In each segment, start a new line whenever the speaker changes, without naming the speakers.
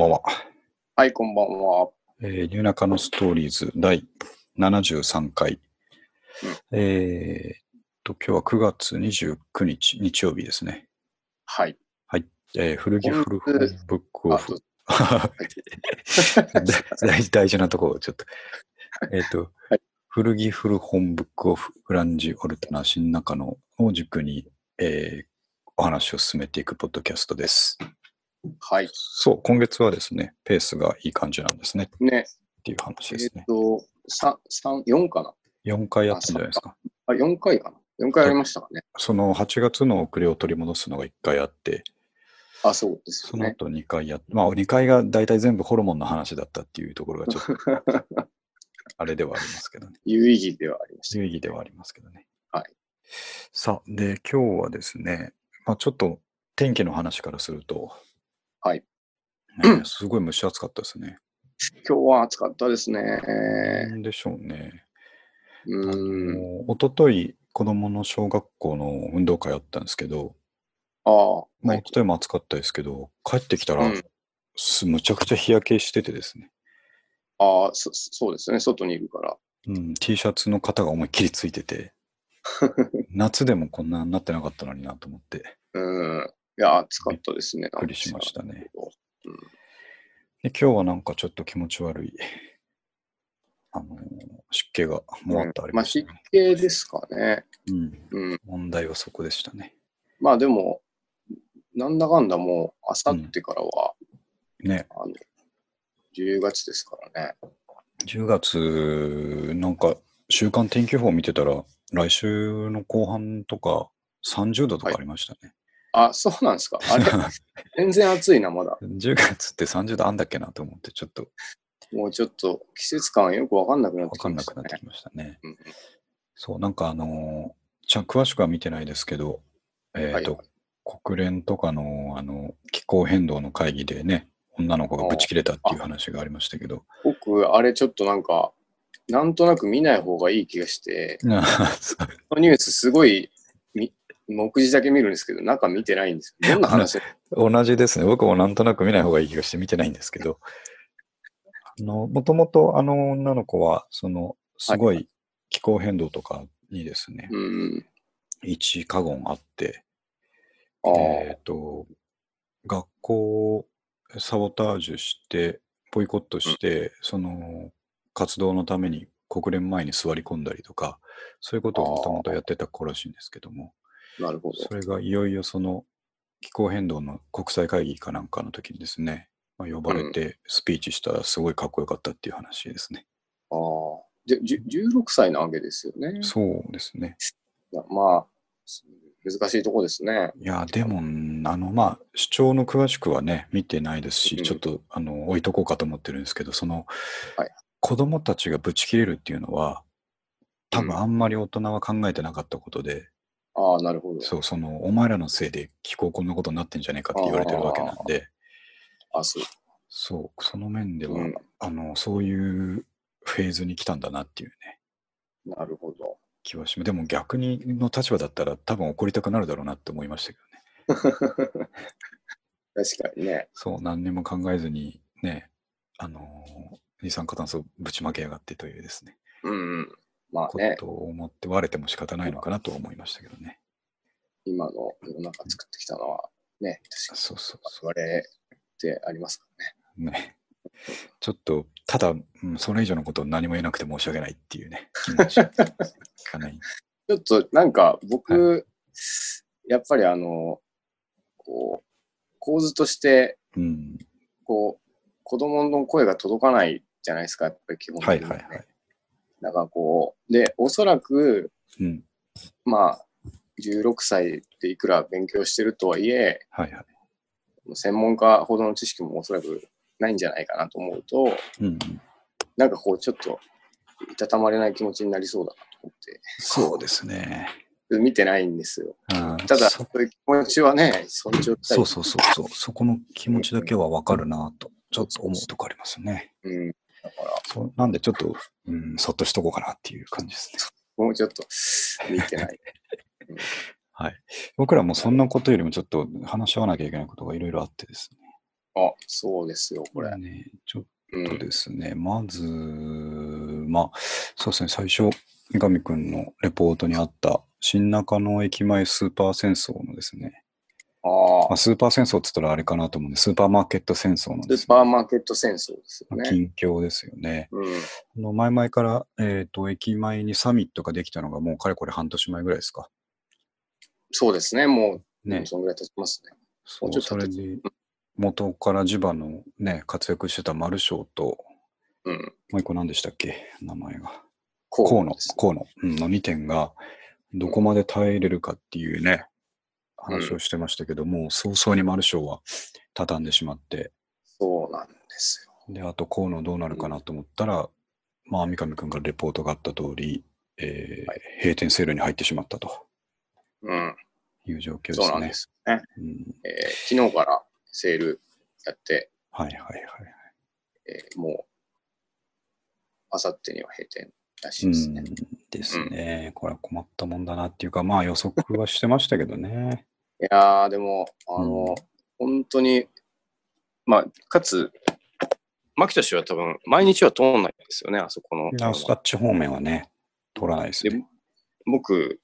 はい、こんばんは。
えー、ニューナカのストーリーズ第73回。えー、っと、今日は9月29日、日曜日ですね。
はい。
えー、古着
本
古本ブックオ
あ
フ。
と
大事大事なところをちょっと。えーっと、
は
古着古本ブックオフ、フランジオルタナ新中野を軸に、えーお話を進めていくポッドキャストです。
はい。
そう、今月はですね、ペースがいい感じなんですね
ね、
っていう話
え
です
っ
ね。
と、さ三4かな
4回やったんじゃないですか。
あ、4回かな ?4 回ありましたかね。
その8月の遅れを取り戻すのが1回あって、
あ、そうです
そ
よ
の
ね。
後2回やって、まあ2回が大体全部ホルモンの話だったっていうところがちょっと あれではありますけどね。
有意義ではありました。
有意義ではありますけどね。
はい。
さあ、で、今日はですね、まあちょっと天気の話からすると、
はい
ね。すごい蒸し暑かったですね。
今日は暑かったですね。
なんでしょうね。
うーん。
もう一昨日子供の小学校の運動会あったんですけど、
ああ、
ま
は
あ、
い
一昨日も暑かったですけど、帰ってきたら、
うん
すむちゃくちゃ日焼けしててですね、
ああそ、そうですね。外にいるから。
うん、T シャツの肩が思いっきりつい てて、夏でもこんなになってなかったのになと思って、
うん。いや、暑かったですね。
びっくりしましたね。
うん
で今日はなんかちょっと気持ち悪い、あのー湿気がもわっとあり
まあ、
ま
湿
したね。
気ですかね。
うん、
うん。
問題はそこでしたね。
まあ、でも、なんだかんだもう、あさってからは、
ね、
あの、10月ですからね。
10月、なんか週間天気予報見てたら、来週の後半とか30度とかありましたね。
あ、そうなんですか。あれ、 全然暑いな、まだ。
10月って30度あんだっけなと思って、ちょっと
もうちょっと季節感よくわかんなくなっ
分
て
か
き
ん
ま
な
し
く
た
なっ
ね
て。きましたね。
うんうん
そう、なんかあのーちゃん詳しくは見てないですけど、えっ、と、
は
国連とかのあの気候変動の会議でね、女の子がぶち切れたっていう話がありましたけど、
僕、あれちょっとなんか、なんとなく見ない方がいい気がして、
な そう
このニュースすごい、み目次だけ見るんですけど、中見てないんですよ。どんな話
同じですね、僕もなんとなく見ない方がいい気がして見てないんですけど、あのもともとあの女の子は、そのすごい気候変動とかにですね、
うん。
一過言あって、
ああ、
えっ、と、学校をサボタージュして、ボイコットして、その活動のために国連前に座り込んだりとか、そういうことをもともとやってた子らしいんですけども、
なるほど。
それがいよいよその気候変動の国際会議かなんかの時にですね、まあ、呼ばれてスピーチしたらすごいかっこよかったっていう話ですね。
ああ。で、じゅ16歳なわけですよね。
そうですね。
まあ、難しいとこですね。
いや、でも、あの、まあ、主張の詳しくはね、見てないですし、
うん
ちょっと、あの、置いとこうかと思ってるんですけど、その、
はい
子供たちがブチ切れるっていうのは、多
うん
分あんまり大人は考えてなかったことで、
ああ、なるほど。
そう、その、お前らのせいで気候こんなことになってんじゃねえかって言われてるわけなんで、
あそう。
そう、その面では、
うん
あの、そういうフェーズに来たんだなっていうね、
なるほど。
気はします。でも逆にの立場だったら、多分怒りたくなるだろうなって思いましたけどね。
確かにね。
そう、何にも考えずに、ね、あのー二酸化炭素ぶちまけやがってというですね、
うんうん。まあ
こ
ね、
とを思って割れても仕方ないのかなとは思いましたけどね。
今の世の中作ってきたのは、ね、確か
そうそうそ
に我々ってありますからね。
う。ね。ちょっと、ただ、うんそれ以上のことを何も言えなくて申し訳ないっていうね、気持ちかない。
ちょっとなんか僕、やっぱりあの、こう、構図として、
うん。
こう、子供の声が届かないじゃないですか、やっぱり基本的
は
に、
い
ね。
はいはい。
だからこう、で、おそらく、
うん。
まあ、16歳でいくら勉強してるとはいえ、
はいはい。
専門家ほどの知識もおそらくないんじゃないかなと思うと、
うんうん。
なんかこう、ちょっと、いたたまれない気持ちになりそうだなと思って
そうですね。、
見てないんですよ。
あー
ただ、
そ
そういう気持ちはね、尊重したい。
そうそうそうそう。そこの気持ちだけはわかるなと、ちょっと思うとこありますね。
うん。だから、
そうなんで、ちょっと、うん、そっとしとこうかなっていう感じですね。
もうちょっと、見てない。
僕らもそんなことよりもちょっと話し合わなきゃいけないことがいろいろあってですね。
あ、そうですよ、これ。
ね、ちょっ
う
と
ん。
ですね、まず、まあ、そうですね、最初、三上くんのレポートにあった、新中野駅前スーパー戦争のですね、
あ
ま
あ、
あ、スーパー戦争って言ったらあれかなと思うんで、スーパーマーケット戦争なん
ス
です
ーパー
ね
マーケット戦争ですよ
ま
ね。
あ近況ですよね。
うん。
あの前々から、えっ、と、駅前にサミットができたのが、もうかれこれ半年前ぐらいですか。
そうですね、もう、
ね
うん、そのぐらい経ちますね。
そ
もう
う、
ちょ
そ
っと
れ
経つ
で、元から地場のね、活躍してたマルショーと、
うん。
もう一個何でしたっけ名前が。
こ
河野
です、
河野うんの2点が、どこまで耐えれるかっていうね、話をしてましたけども、早々にマルショーは畳んでしまって、
そうなんですよ。
で、あと河野どうなるかなと思ったら、まあ、三上くんからレポートがあった通り、えー
はい
閉店セールに入ってしまったと
うん。
いう状況ですね。
そうなんですよね。
うん
えー昨日からセールやって、
はいはいはい。
えーもう、あさってには閉店らし
う
い
ん
ですね。
ですね。これは困ったもんだなっていうか、まあ予測はしてましたけ どね。
いやー、でも、あの、本当に、まあ、かつ、牧田氏は多分、毎日は通んないですよね、あそこの。
あスタッチ方面はね、取らないです
で
ね。
僕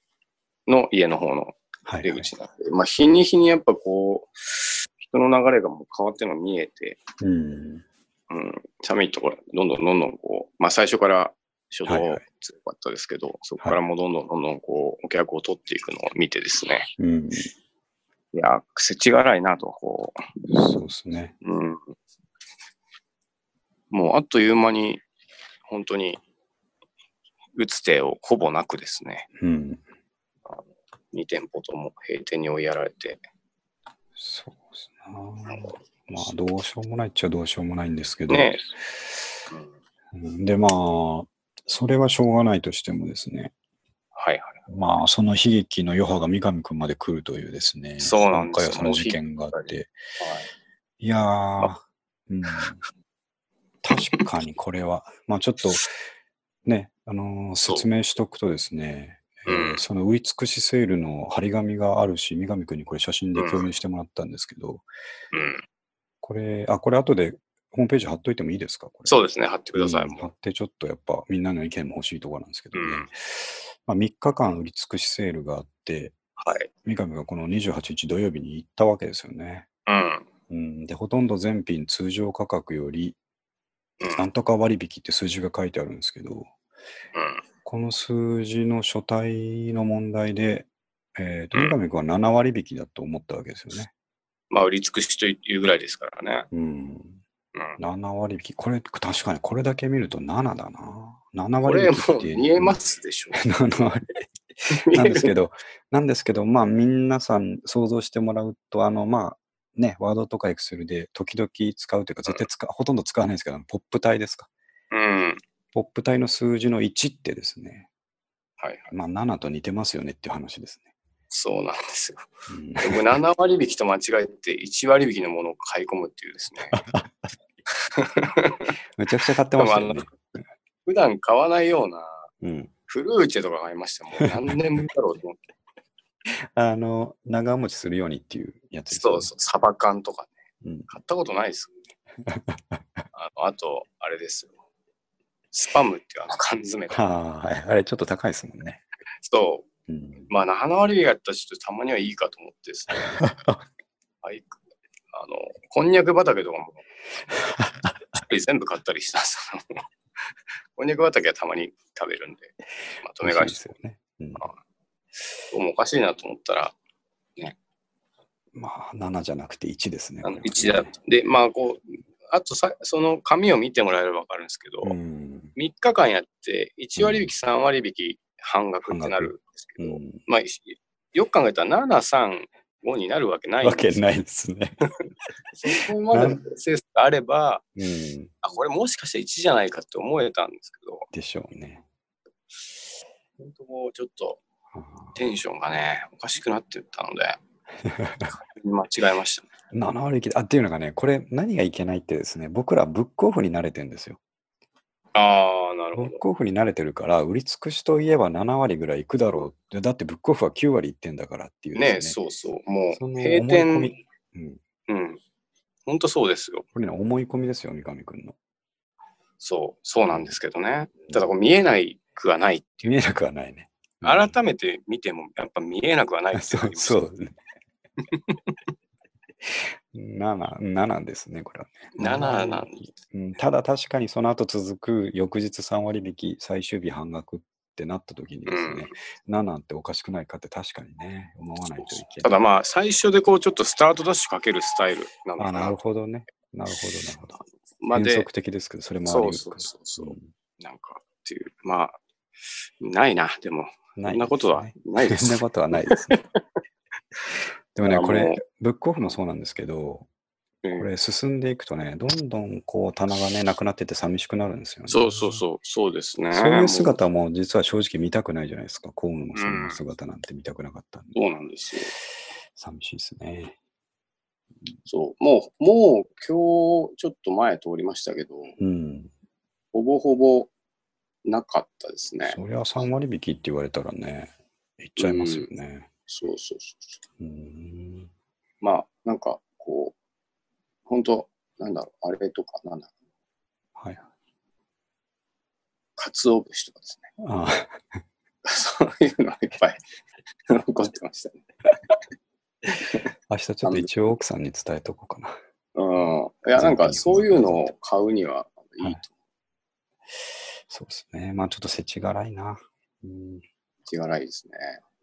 の家の方の
はいはい、
出口なんで、まあ、日に日にやっぱこう、人の流れがもう変わってるの見えて、
うん。
うん、サミットからどんどんどんどんこう、まあ、最初から初動
はいはい
強かったですけど、そこからもうどんどんどんどんこう、お客を取っていくのを見てですね、
うん、
いやー、世知辛いなと、こう、
そうですね。
うんもうあっという間に、本当に、打つ手をほぼなくですね、
うん。
2店舗とも閉店に追いやられて、
そうですな。まあ、どうしようもないっちゃどうしようもないんですけど。
ねうん
うんで、まあ、それはしょうがないとしてもですね。
はいは
まあ、その悲劇の余波が三上くんまで来るというですね。
そうなんですよ
今回はその事件があって。
い。はい
いやー、うん、確かにこれは。 まあ、ちょっと、ね、あのー
そう
説明しとくとですね、えー
うん
そのウイつくしセールの張り紙があるし、三上くんにこれ写真で共有してもらったんですけど、
うん、
これ、あ、これ後でホームページ貼っといてもいいですかこれ
そう
う
ですね、貼ってください。
ん
も
貼ってちょっとやっぱみんなの意見も欲しいところなんですけどね。
うん
まあ、3日間売り尽くしセールがあって、
うはい。
三上がこの28日土曜日に行ったわけですよね。
うん。
うん、で、ほとんど全品通常価格より、
うん
なんとか割引って数字が書いてあるんですけど、
うん
この数字の書体の問題で、えーと、
うん
三上君は7割引きだと思ったわけですよね。
まあ、売り尽くしというぐらいですからね。
うん。
うん
7割引き。これ、確かにこれだけ見ると7だな。7
こ
割
れ
引
も
きっ
う
て。
見え ますでしょ
うん。7割なんですけど、なんですけど、まあ、皆さん想像してもらうと、あの、まあ、ね、ワードとかエクセルで時々使うというか、絶対使う、ほとんど使わないんですけど、ポップ体ですか。
うん。
ポップ体の数字の1ってですね、
はいはい。
まあ、7と似てますよねっていう話ですね。
そうなんですよ。
うん
でも7割引きと間違えて1割引きのものを買い込むっていうですね。
めちゃくちゃ買ってましたよね。
普段買わないような
うん、
フルーチェとか買いました。もう何年ぶりだろうと思って。
あの、長持ちするようにっていうやつです、ね。
そうそう、サバ缶とかね。
うん。
買ったことない ですよね。あのあと、あれですよ。スパムっていうあの缶詰とか。
はあ、はいあれちょっと高いですもんね。
そう、
うん、
まあ、7割やったらちょっとたまにはいいかと思って ですね。はい、あの、こんにゃく畑とかも、全部買ったりしたんです けど、こんにゃく畑はたまに食べるんで、まとめ
美
買い
味しい
し
ですよね。う
て、
ん、
もうおかしいなと思ったら、
まあ、7じゃなくて1ですね。
あの
これはね
1だった。で、まあ、こう、あとさ、その紙を見てもらえれば分かるんですけど、
うん。
3日間やって、1割引き、3割引き、半額ってなるんです
う
けど、
ん、
まあ、よく考えたら、7、3、5になるわけないん
わ
ですよ
けないですね。
そこまでのセンスがあれば、
うん。
あ、これもしかして1じゃないかって思えたんですけど、
でしょうね。
本当もうちょっと
は
テンションがね、おかしくなってったの で、間違えましたね。
あ7割引き。あ、っていうのがね、これ何がいけないってですね、僕らブックオフに慣れてるんですよ。
ああ、なる
ブ
ほ
ッ
ど。
クオフに慣れてるから、売り尽くしといえば7割ぐらいいくだろう。だってブックオフは9割いってんだからっていう
ね
です
そ
ね。
うそう。も
そうの
閉
思い込
店、
みうん、
うん。本当そうですよ。
これね、思い込みですよ、三上くんの。
そう、そうなんですけどね。ただこう見えないくはない。
見えなくはないね。うん
改めて見てもやっぱ見えなくはないですよ。
そうそうね。7、7ですね、これはね。
7なん
うん、ただ確かにその後続く翌日3割引き、最終日半額ってなった時にですね、7っておかしくないかって確かにね、思わないといけ
た
な
だ
い。
まあ最初でこうちょっとスタートダッシュかけるスタイルなの
あ、
か
な
な
るほどね。なるほど、なるほど。
ま
変
で
則的ですけど、それもあり
そうそ
得る
う
か
そうそう
ら
そうなんかっていうまあないなでも
う
そ
んない
んなことはないで
そんな
す。
ことはないで すね。でもね、
あの
これ、ブックオフもそうなんですけど、
うん
これ進んでいくとね、どんどんこう棚がね、なくなってて寂しくなるんですよね。
そうそうそうそうですね。
そういう姿も実は正直見たくないじゃないですか。公務のその姿なんて見たくなかったんで。
もうそうなんですよ。
寂しいですね。
そうもうもう今日ちょっと前通りましたけど
うん。
ほぼほぼなかったですね。
そりゃ3割引きって言われたらね、いっちゃいますよね。
そうそうそうそう。
うん。
まあ、なんか、こう、本当なんだろう、あれとか、なんだろう、
はい。
かつお節とかですね。
あ
そういうのがいっぱい 残ってましたね。
明日ちょっと一応奥さんに伝えとこうかな。
うん。いや、なんか、そういうのを買うにはいいと、
はいそうですね。まあちょっと世知辛いな。うん
気がないです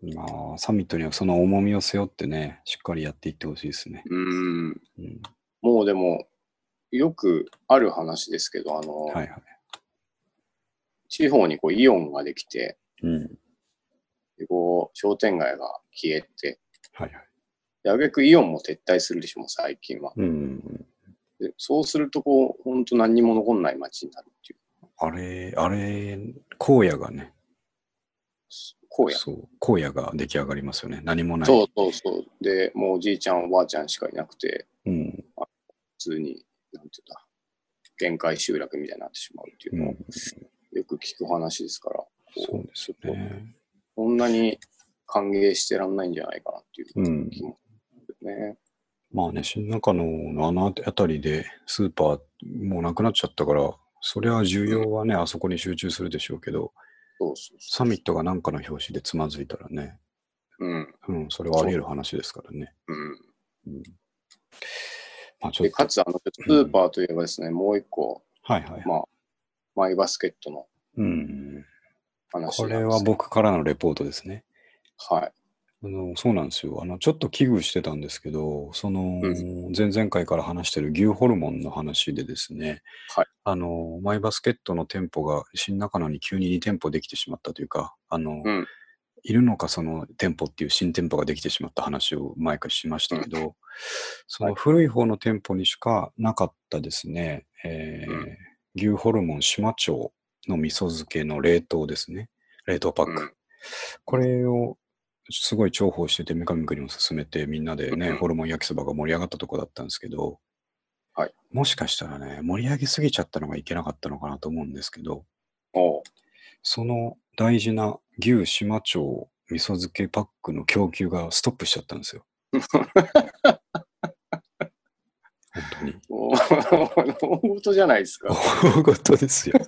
ね。
まあ、サミットにはその重みを背負ってね、しっかりやっていってほしいですね。
うん。
うん、
もうでも、よくある話ですけど、あの、
はいはい。
地方にこうイオンができて、
うん。
でこう商店街が消えて、
はいはい。
で挙句イオンも撤退するでしょ、もう最近は。
うん。
でそうすると、こう、本当何にも残んない街になるっていう。
あれ、あれ、荒野がね、
こうや
そう、荒野が出来上がりますよね。何もない。
そうそうそう。で、もうおじいちゃん、おばあちゃんしかいなくて、
うん。
普通に、なんていうんだ、限界集落みたいになってしまうっていううんのを、よく聞く話ですから、
そうですよね。
こんなに歓迎してらんないんじゃないかなっていう
うん。
気もするね。
まあね、新中野のあの辺りでスーパーもうなくなっちゃったから、そりゃ需要はね、あそこに集中するでしょうけど、
そうそうそ
サ
う。
ミットが何かの表紙でつまずいたらね、
うん。
うん、それはあり得る話ですからね。
うん、
うんまあちょっ
で
と
か、つ、あの、スーパーといえばですね、もう一個、
はいはい。
まあ、マイバスケットの
うん、
話
こ
なんです
れは僕からのレポートですね。
はい。
あのそうなんですよあの。ちょっと危惧してたんですけど、その、
う
前々回から話してる牛ホルモンの話でですね、
はい
あのマイバスケットの店舗が新中野に急に2店舗できてしまったというか、あの
うん
いるのかその店舗っていう新店舗ができてしまった話を前からしましたけど、その古い方の店舗にしかなかったですね、えー
うん
牛ホルモン島町の味噌漬けの冷凍ですね、冷凍パック。
うん
これをすごい重宝してて、三上君にも勧めて、みんなでね、
うん
ホルモン焼きそばが盛り上がったとこだったんですけど、
はい
もしかしたらね、盛り上げすぎちゃったのがいけなかったのかなと思うんですけど、
おう
その大事な牛島町味噌漬けパックの供給がストップしちゃったんですよ。本当に。
おう大事じゃないですか。
大事ですよ。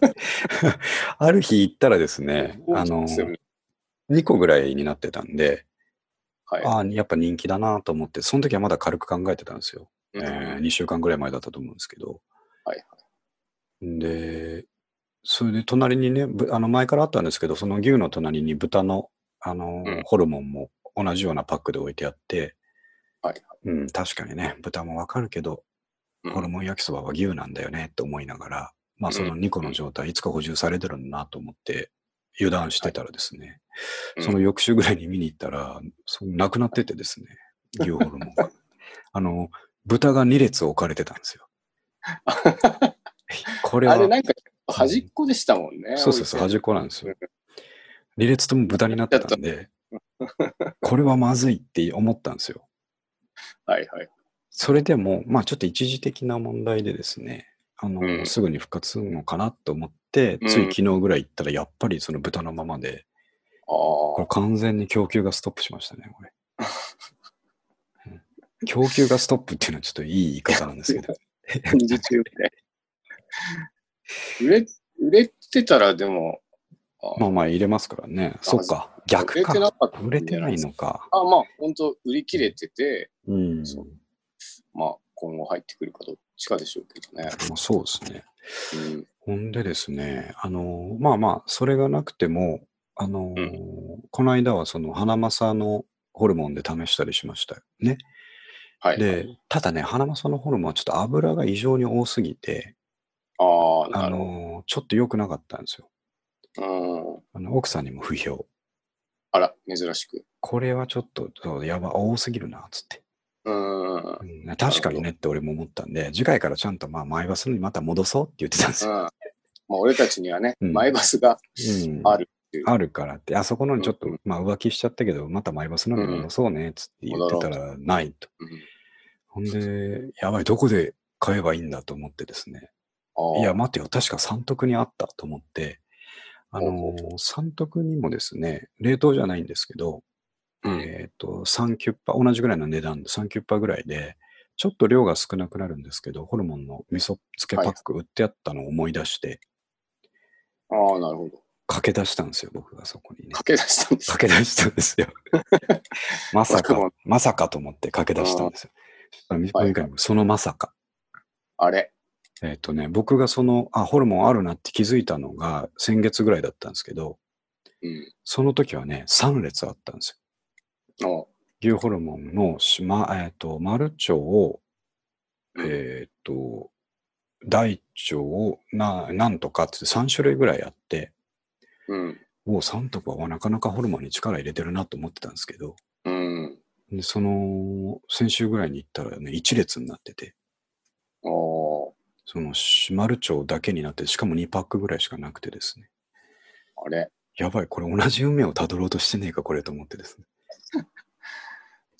ある日行ったらですね、あ
大事
の
で、すよね
2個ぐらいになってたんで、
はい。
ああ、やっぱ人気だなと思って、その時はまだ軽く考えてたんですよ。
うん
えー、2週間ぐらい前だったと思うんですけど。
はい
で、それで隣にね、ぶあの前からあったんですけど、その牛の隣に豚の、あのー
うん
ホルモンも同じようなパックで置いてあって、
はい
うん、確かにね、豚もわかるけど、
うん
ホルモン焼きそばは牛なんだよねって思いながら、まあその2個の状態、いつか補充されてるんだなと思って、油断してたらですね、
うん
その翌週ぐらいに見に行ったら、そうなくなっててですね、牛ホルモ ンが。あの、豚が2列置かれてたんですよ。これは
あ、れなんか端っこでしたもんね。
そうそうそう、
置い
端っこなんですよ。2列とも豚になってたんで、 これはまずいって思ったんですよ。
てはいはい。
それでも、まあちょっと一時的な問題でですね、あの、
うん
すぐに復活するのかなと思って、
うん
つい昨日ぐらい行ったら、やっぱりその豚のままで、こ
あ
れ完全に供給がストップしましたね、これ。供給がストップっていうのはちょっといい言い方なんですけど。
戦時中みたいな売れ、売れてたらでも、あ
まあまあ入れますからね。そっか。逆
売れてな
か。
かったん
売
じゃ
れてないのか。
あまあ、本当売り切れてて、
うん。
そうまあ、今後入ってくるかどっちかでしょうけどね。
まあそうです
う
ね。
ん、
ほんでですね、あの、まあまあ、それがなくても、あの、
うん
この間はその、花正のホルモンで試したりしましたよね。
はい。
で、ただね、花正のホルモンはちょっと油が異常に多すぎて、
ああ、な
あ
るほ
の、ちょっと良くなかったんですよ。
ど。うん、
あの奥さんにも不評。
あら、珍しく。
これはちょっと、そうやば、多すぎるな、つって。
うん。うん。
うん、確かにねって俺も思ったんで、次回からちゃんとまあ前バスにまた戻そうって言ってたんですよ。
まあ、俺たちにはね、
うん
マイバスが
うん
ある。
あるからって、あそこのにちょっと
うん
まあ浮気しちゃったけど、また前バスのに戻そうねっつって言ってたらないと。
うん
ほんで、やばい、どこで買えばいいんだと思ってですね。
ああ
いや、待てよ、確か三徳にあったと思って、あ
ほう
の
ほ
ー、三徳にもですね、冷凍じゃないんですけど、
うん
えっ、と、3キュッパ、同じぐらいの値段で3キュッパぐらいで、ちょっと量が少なくなるんですけど、ホルモンの味噌漬けパック売ってあったのを思い出して、
ああ、なるほど。
駆け出したんですよ、僕がそこにね。
駆け出したんです。
駆け出したんです よ。まさ
ホルモ
か
ン、
まさかと思って駆け出したんですよ。そしたらみみかんにもそのまさか。
あれ。
えっ、とね、僕がその、あ、ホルモンあるなって気づいたのが先月ぐらいだったんですけど、
うん。
その時はね、3列あったんですよ。
お
牛ホルモンのし、ま、えっ、と、マルチョを、
うん
えっ、と、大腸をな、なんとかって3種類ぐらいあって、
うん。
お三徳はなかなかホルモンに力入れてるなと思ってたんですけど、
うん。
でその、先週ぐらいに行ったらね、1列になってて、
おー
その、しマルチョだけになって、しかも2パックぐらいしかなくてですね、
あれ。
やばい、これ同じ運命をたどろうとしてねえか、これと思ってですね。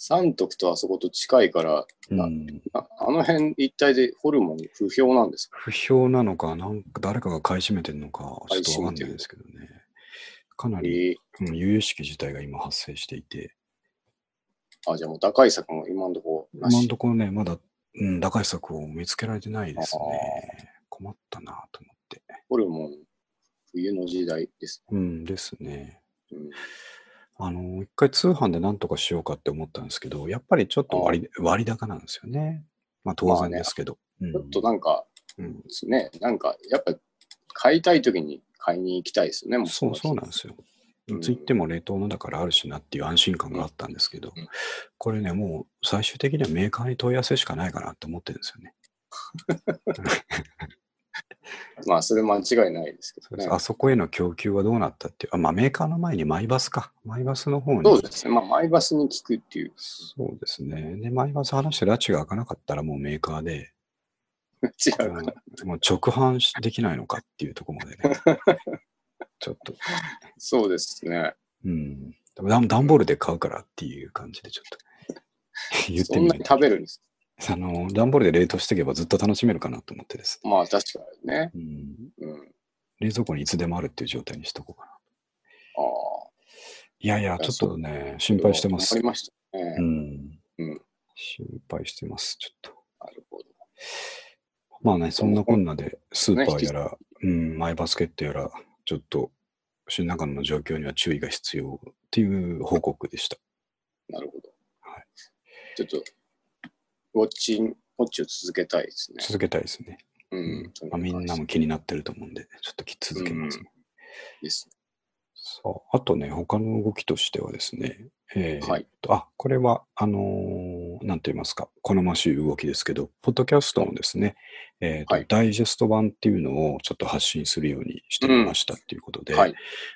三徳とあそこと近いから、
う、
なんああの辺一帯でホルモン不評なんですか
不評なのか、なんか誰かが買い占めてるのか、ちょっとわかんないですけどね。かな
え
り、
え
うん、由々しき事態が今発生していて、
あ、じゃあもう打開策も今のところな
今の
し。
ところね、まだ、うん、打開策を見つけられてないですね。困ったなと思って。
ホルモン、冬の時代です。
うんですね。
うん、
あの、一回通販で何とかしようかって思ったんですけど、やっぱりちょっと割割高なんですよね。まあ当
まあ
然
ね
ですけど。
ちょっとなんか、
うん
ね、なんか、やっぱ、買いたいときに買いに行きたいですよね、
う
も。
ん、そうそうなんですすよ。
うん
ついても冷凍のだからあるしなっていう安心感があったんですけど、
うん
これね、もう最終的にはメーカーに問い合わせしかないかなって思ってるんですよね。
まあ、それ間違いないですけ
そ
ど
うで
ね
す。あそこへの供給はどうなったっていう、あまあ、メーカーの前にマイバスか、マイバスの方に。
そうですね。まあ、マイバスに聞くっていう。
そうですね。で、マイバス話して、拉致が開かなかったらもうメーカーで、
違
あ
う
の。もう直販しできないのかっていうところ までね。ちょっと、
そうですね。
うん。ダン段ボールで買うからっていう感じでちょっと 言っ
そ
て
ん
み
な
る
に。食べるんです。
あの、段ボールで冷凍していけばずっと楽しめるかなと思ってですね。
まあ、確かにね。
うん。
うん。
冷蔵庫にいつでもあるっていう状態にしとこうかな。
ああ。
いやいや、
いや
ちょっとね、心配してま
わか
す
り。ましたね。
うん。
うん
心配してます、ちょっと。
なるほど。
まあね、そんなこんなで、スーパーやら、うん、マイバスケットやら、ちょっと、新中野の状況には注意が必要っていう報告でした。
なるほど。
はい
ちょっと、ウォッチン、ウォッチを続けたいですね。
続けたいですね。
う。
うんまあ、みんなも気になってると思うんで、ちょっとき続けます、
うんですね。
さあ、あとね、他の動きとしてはですね、えー
はい
とあ、これは、あのーなんと言いますか、好ましい動きですけど、ポッドキャストのですね、えーと
はい
ダイジェスト版っていうのをちょっと発信するようにしてみましたっていうことで、
はい。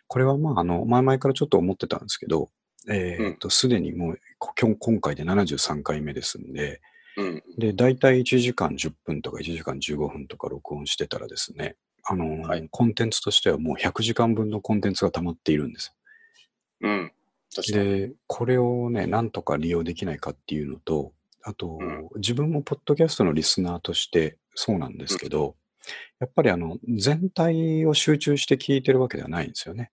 これはまあ、あの、前々からちょっと思ってたんですけど、えーと、すでにもう、こ今日今回で73回目ですんで、
うん。
で、大体1時間10分とか1時間15分とか録音してたらですね、あのー
はい
コンテンツとしてはもう100時間分のコンテンツが溜まっているんです。
うん。確かに。
で、これをね、なんとか利用できないかっていうのと、あと、
うん
自分もポッドキャストのリスナーとしてそうなんですけど、やっぱりあの、全体を集中して聞いてるわけではないんですよね。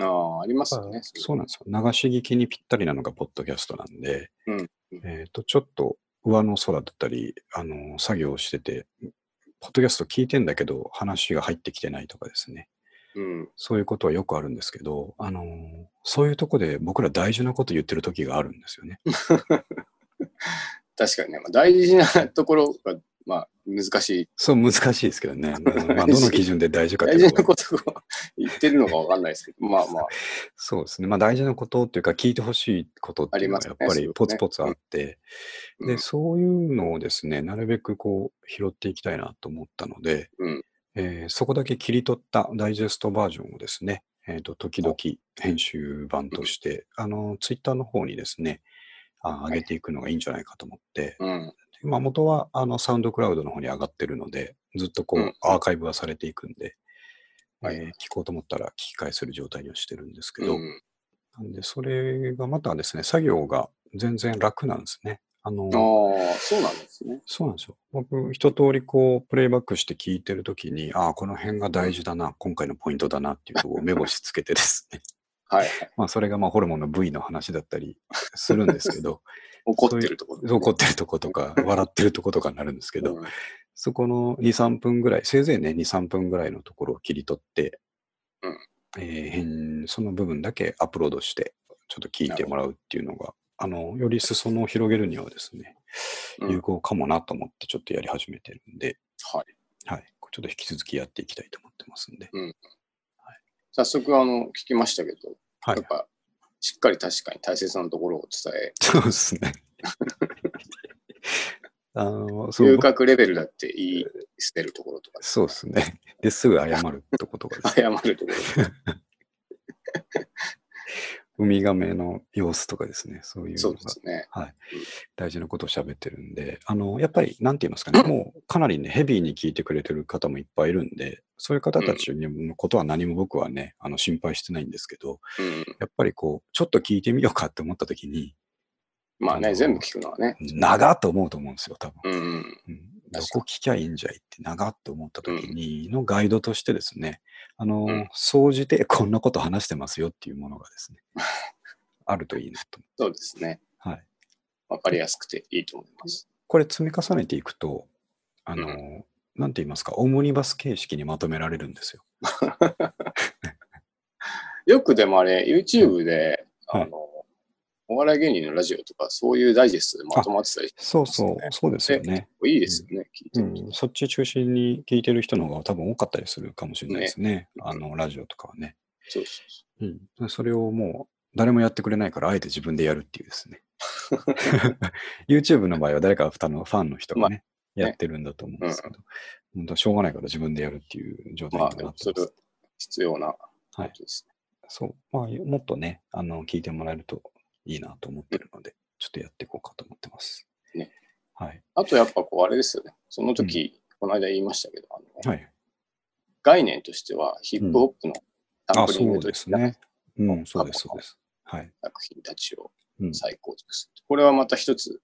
ああ、ありますよね。
そうなんですよ。流し聞きにぴったりなのがポッドキャストなんで、
うんうん
えっ、と、ちょっと上の空だったり、あの、作業してて、ポッドキャスト聞いてんだけど、話が入ってきてないとかですね。
うん。
そういうことはよくあるんですけど、あの、そういうとこで僕ら大事なこと言ってる時があるんですよね。
確かにね、まあ、大事なところが、まあ、難しい。
そう、難しいですけどね。 まあ、どの基準で大事かって
大
いう
事
こと
な
は
ことを言ってるのかわかんないですけど、まあ まあ、
そうですね。まあ大事なことっていうか、聞いてほしいことっていうのはやっぱ
ありますね
りポツポツあって、
うんう
で、
ん
そういうのをですね、なるべくこう拾っていきたいなと思ったので、
うん
えーそこだけ切り取ったダイジェストバージョンをですね、えっ、と、時々編集版として、あの、ツイッターの方にですね、あ上げていくのがいいんじゃないかと思って、
うん。
まあ元はあのサウンドクラウドの方に上がってるので、ずっとこ
う
うんアーカイブはされていくんで、
はい
えー聞こうと思ったら聞き返せる状態にはしてるんですけ
う
ど、
ん、
なんで、それがまたですね、作業が全然楽なんですね。あの、
ああ、そうなんですね。
そうなんですよ。僕、一通りこう、プレイバックして聞いてるときに、ああ、この辺が大事だな、今回のポイントだなっていうところを目星つけてですね。
はい。
まあ、それがまあ、ホルモンの部位の話だったりするんですけど、
怒ってるところ、
怒ってるとことか、笑ってるとことかになるんですけど、
うん
そこの2、3分ぐらい、せいぜいね、2、3分ぐらいのところを切り取って、
うん
えー編その部分だけアップロードして、ちょっと聞いてもらうっていうのが、あの、より裾野を広げるにはですね、
うん
有効かもなと思って、ちょっとやり始めてるんで、
はい。
はい、ちょっと引き続きやっていきたいと思ってますんで、
早速、あの、聞きましたけど、
は
やっ
い、
ぱ、しっかり確かに大切なところを伝え、
そうですね。 あの、そう
遊、郭レベルだって言い捨てるところとか、
そうですね。で、すぐ謝るってことがですね
謝るところ
ウミガメの様子とかですね、そういう
そ
の
う
が
ですね。
はい
うん、
大事なことを喋ってるんで、あのやっぱり、なんて言いますかね、もうかなりね、ヘビーに聞いてくれてる方もいっぱいいるんで、そういう方たちのことは何も僕はね、あの心配してないんですけど、
うん。
やっぱりこう、ちょっと聞いてみようかって思った時に、
まあ
あ
ね、
の
全部聞くのはね。
長っと思うと思うんですよ、多分。
うん。
うん、ど
確
こ聞きゃいいんじゃいって長っと思った時にのガイドとしてですね、あ
う
の
ん、
総じてこんなこと話してますよっていうものがですね、あるといいなと。
そうですね。
はい。
わかりやすくていいと思います。
これ積み重ねていくと、あの、
う
なんて言いますか、オムニバス形式にまとめられるんですよ。
よくでもあれ、YouTube で、
はい
あの、お笑い芸人のラジオとか、そういうダイジェストでまとまってたり、
そう
そうですね
そうですよね。
いいですよね、聞いて
う
みる
ん、そっち中心に聞いてる人の方が多分多かったりするかもしれないですね。あの、ラジオとかはね。
と。そうそうそ
うん、それをもう誰もやってくれないから、あえて自分でやるっていうです ね。YouTube の場合は誰かのファンの人がね、
まあ
やってるんだと思うんですけど、本当はしょうがないから自分でやるっていう状
う。
態に
ま
な
あ、
って
で
ま
も
す
それは必要なことですね。
そう、まあ、もっとね、あの、聞いてもらえるといいなと思ってるので、ちょっとやっていこうかと思ってます。
ね。
はい。
あとやっぱこう、あれですよね。その時、この間言いましたけど、あの
はい。
概念としては、ヒップホップのサン
あ、
プリン
そ
グ
う
とい
で
っ
す
た
ね。うん、そうです、そうです。はい。
作品たちを
うん、
再構築する。これはまた一つ、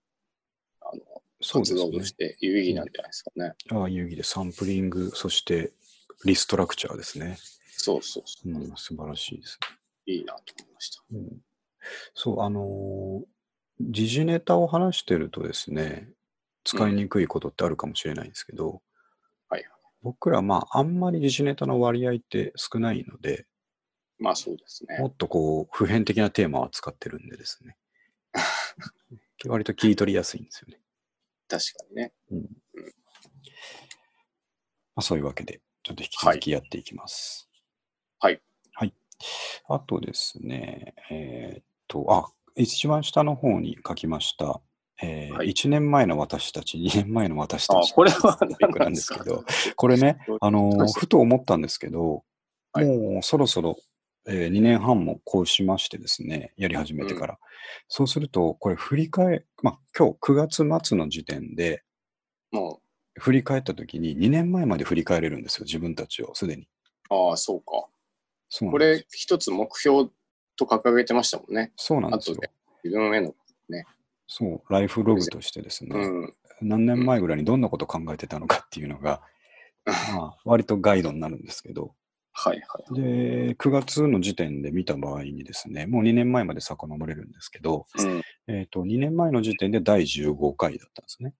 あの、
そう
活動
で
と
す
し
ね。
て有意義なんじゃないですかね。
ああ、遊戯でサンプリング、そしてリストラクチャーですね。
そうそうそうう。
ん、素晴らしいです
いいなと思いました。
ね。うん、そう、あのー時事ネタを話してるとですね、使いにくいことってあるかもしれないんですけど、
はい
僕ら、まあ、あんまり時事ネタの割合って少ないので、
まあそうですね
も。っとこう、普遍的なテーマを扱ってるんでです ね。割と切り取りやすいんですよね。
確かにね。
まあ、そういうわけで、ちょっと引き続きやっていきます。
はい。
はい。あとですね、えーっと、あ、一番下の方に書きました。えー
はい
1年前の私たち、2年前の私た
あ
ち。
これは
トピッ
何
ク
な
なんん
で
ですすけ
か
ど、これね、あの
どう
ー
し
ふと思ったんですけど、
はい
もうそろそろ、え2年半もこうしましてですね、やり始めてから。そうすると、これ振り返、まあ、今日9月末の時点で、
も
振り返った時に2年前まで振り返れるんですよ、自分たちをすでに。
う、ああ、そうか。
そうな
こ
んです
れ一つ目標と掲げてましたもんね。
そうなんですよ
後。で自分への。
そう、ライフログとしてです
う
ね、
ん。
何年前ぐらいにどんなことを考えてたのかっていうのが、まあ、割とガイドになるんですけど、
はいはい。
で、9月の時点で見た場合にですね、もう2年前まで遡れるんですけど、
うん、
えっ、と、2年前の時点で第15回だったんですね。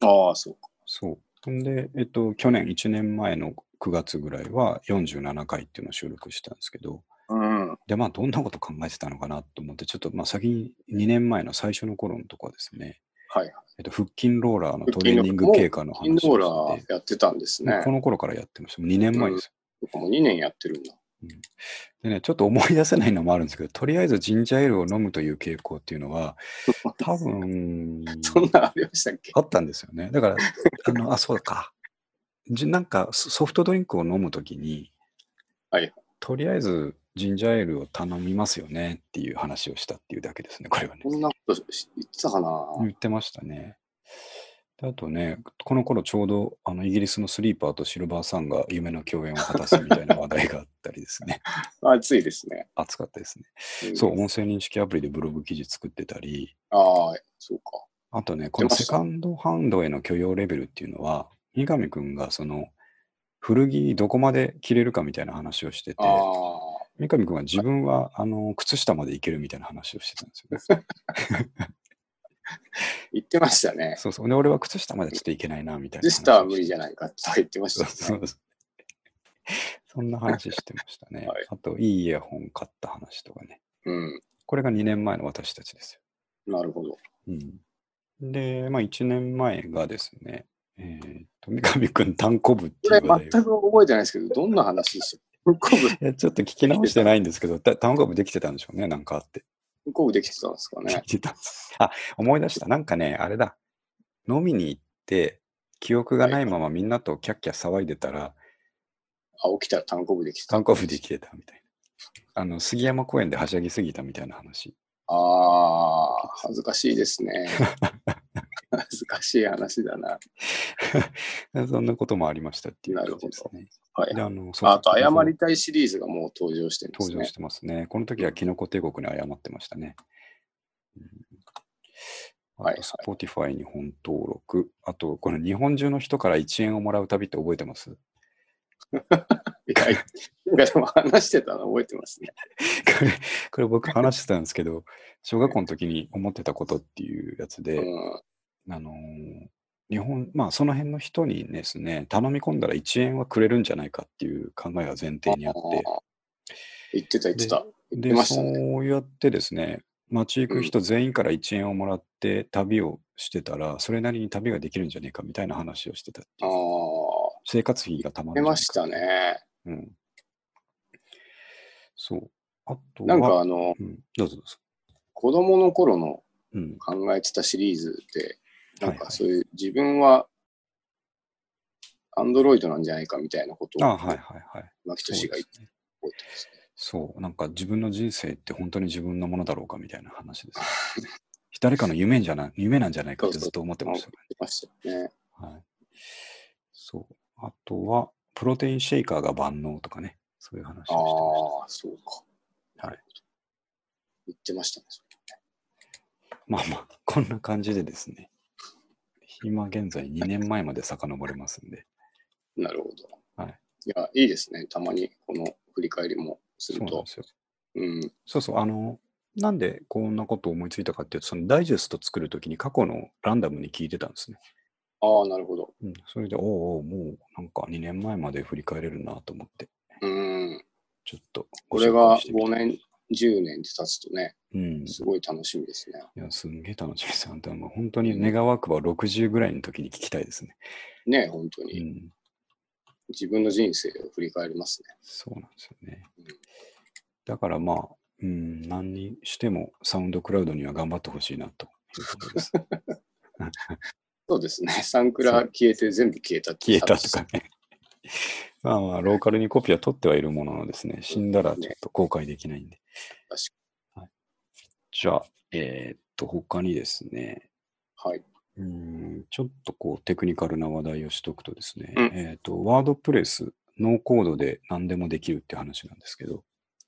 ああ、そうか。
そう。んで、えっと、去年1年前の9月ぐらいは47回っていうのを収録したんですけど、
うん。
で、まあ、どんなこと考えてたのかなと思って、ちょっと、まあ、先に2年前の最初の頃のとこはですね、
はい。
えっと、腹筋ローラーの
腹
ト
筋
レ
ロー
ーニング経過の
イン
話
ドーラ
をして
ーやってたんです
もう
ね
こ。の頃からやってました。もう2年前です
僕も2年やってるんだ。
でね、ちょっと思い出せないのもあるんですけど、とりあえずジンジャーエールを飲むという傾向っていうのは、多分
そんなありましたっけ
あったんですよね。だから、あの、あ、そうか。じなんかソソフトドリンクを飲むときに、
はい
とりあえずジンジャーエールを頼みますよねっていう話をしたっていうだけですね、これはね
こ。んなことし言ってたかな、
言ってましたね。であとね、この頃ちょうどあのイギリスのスリーパーとシルバーさんが夢の共演を果たすみたいな話題があったりですね。
暑いですね。
熱かったですね。
ん
そう、。音声認識アプリでブログ記事作ってたり、
ああ、そうか。
あとね、このセカンドハンドへの許容レベルっていうのは、三上くんがその、古着どこまで着れるかみたいな話をしてて、
あ
三上くんは自分は、あの、靴下までいけるみたいな話をしてたんですよね。
あ、言ってましたね。
そうそう。で、俺は靴下までちょっといけないな、みたい
ジ
な話をし
ス
て。
ターは無理じゃないかとか言ってまし
そ
た
う
ね、
そうそうそんな話してましたね。
はい
あと、いいイヤホン買った話とかね。
うん。
これが2年前の私たちですよ。
なるほど。
うんで、まあ、1年前がですね、えー、と三上くん単行部って
こ
い
れ
う話題
全
を
く覚えてないですけど、どんな話で した文庫部、
いやちょっと聞き直してないんですけど、た単行部できてたんでしょうね、なんかあって。
文庫部できてたんですか
で
ね。
きてたんですあ、思い出した。なんかね、あれだ。飲みに行って、記憶がないままみんなとキャッキャ騒いでたら、
あ、起きたら単行部できてた。
単行部できてたみたいな。あの、杉山公園ではしゃぎすぎたみたいな話。
ああ、恥ずかしいですね。恥ずかしい話だな。
そんなこともありましたっていう感じですね。
はい
で。あの、そう
あと、謝りたいシリーズがもう登場してるんです
登場
ね
し。てますね。この時はキノコ帝国に謝ってましたね。うん、
は
あ
い
と、Spotify 日本登録。あと、この日本中の人から1円をもらう旅って覚えてます こ
いや、いやでも話してたの覚えてますね。
れ、これ僕話してたんですけ ど、小学校の時に思ってたことっていうやつで、
うん。
あのー日本、まあその辺の人にですね、頼み込んだら1円はくれるんじゃないかっていう考えが前提にあって、
あー言ってた、言ってた。言って
で、
ました
そ
ね。
うやってですね、街行く人全員から1円をもらって旅をしてたら、それなりに旅ができるんじゃねえかみたいな話をしてたって
あ
い
あ
う。、生活費がたま
出
るんじゃ
ま
ない
し
か
た
みい
ね。
な。うん。そう。あとは、
なんかあの、
うん、どうぞどうぞ。
子供の頃の
うん。
考えてたシリーズで、な
は
ん
いは
か
い
そういう自分はアンドロイドなんじゃないかみたいなこと
あ
を
はいはいはい。
牧
そう
俊が
で
言って
すね。
覚えてますね。
そう。なんか自分の人生って本当に自分のものだろうかみたいな話です。 誰かの夢じゃない、夢なんじゃないかってずっと思ってましたね。
言ってましたよね。
はい。そう。あとは、プロテインシェイカーが万能とかね、そういう話をして
あ
まし
あ、そうか。
はい
言ってましたね。そ
た。まあまあ、こんな感じでですね、今現在2年前まで遡れますんで、
れなるほど。
はい、
や、いいですね。たまにこの振り返りもす
そ
る
うなん
と
で。すよ。
うん。
そうそう、あの、なんでこんなことを思いついたかっていうと、そのダイジェスト作るときに過去のランダムに聞いてたんですね。
ああ、なるほど。
うん、それで、おうおう、もうなんか2年前まで振り返れるなと思って、
うん。
ちょっと
こ
ご
れ
紹
が
介してみた。
5年、10年って経つとね、
うん、
すごい楽しみですね。
いや、すんげえ楽しみです。あんたもう本当に願わくば60ぐらいの時に聞きたいですね。
ねえ本当
う
に。
ん。
自分の人生を振り返りますね。
そうなんですよね
うん。
だからまあ、うん、何にしてもサウンドクラウドには頑張ってほしいなということです。
そうですね。 サンクラ消えて全部消えたって
消えたとかね。 まあまあ、ローカルにコピーは取ってはいるもののですね、死んだらちょっと公開できないんで。
確
はい、じゃあ、えーっと、他にですね、
はい。
うんちょっとこうテクニカルな話題をしとくとですね、
うん
えっ、と、ワードプレス、ノーコードで何でもできるって話なんですけど、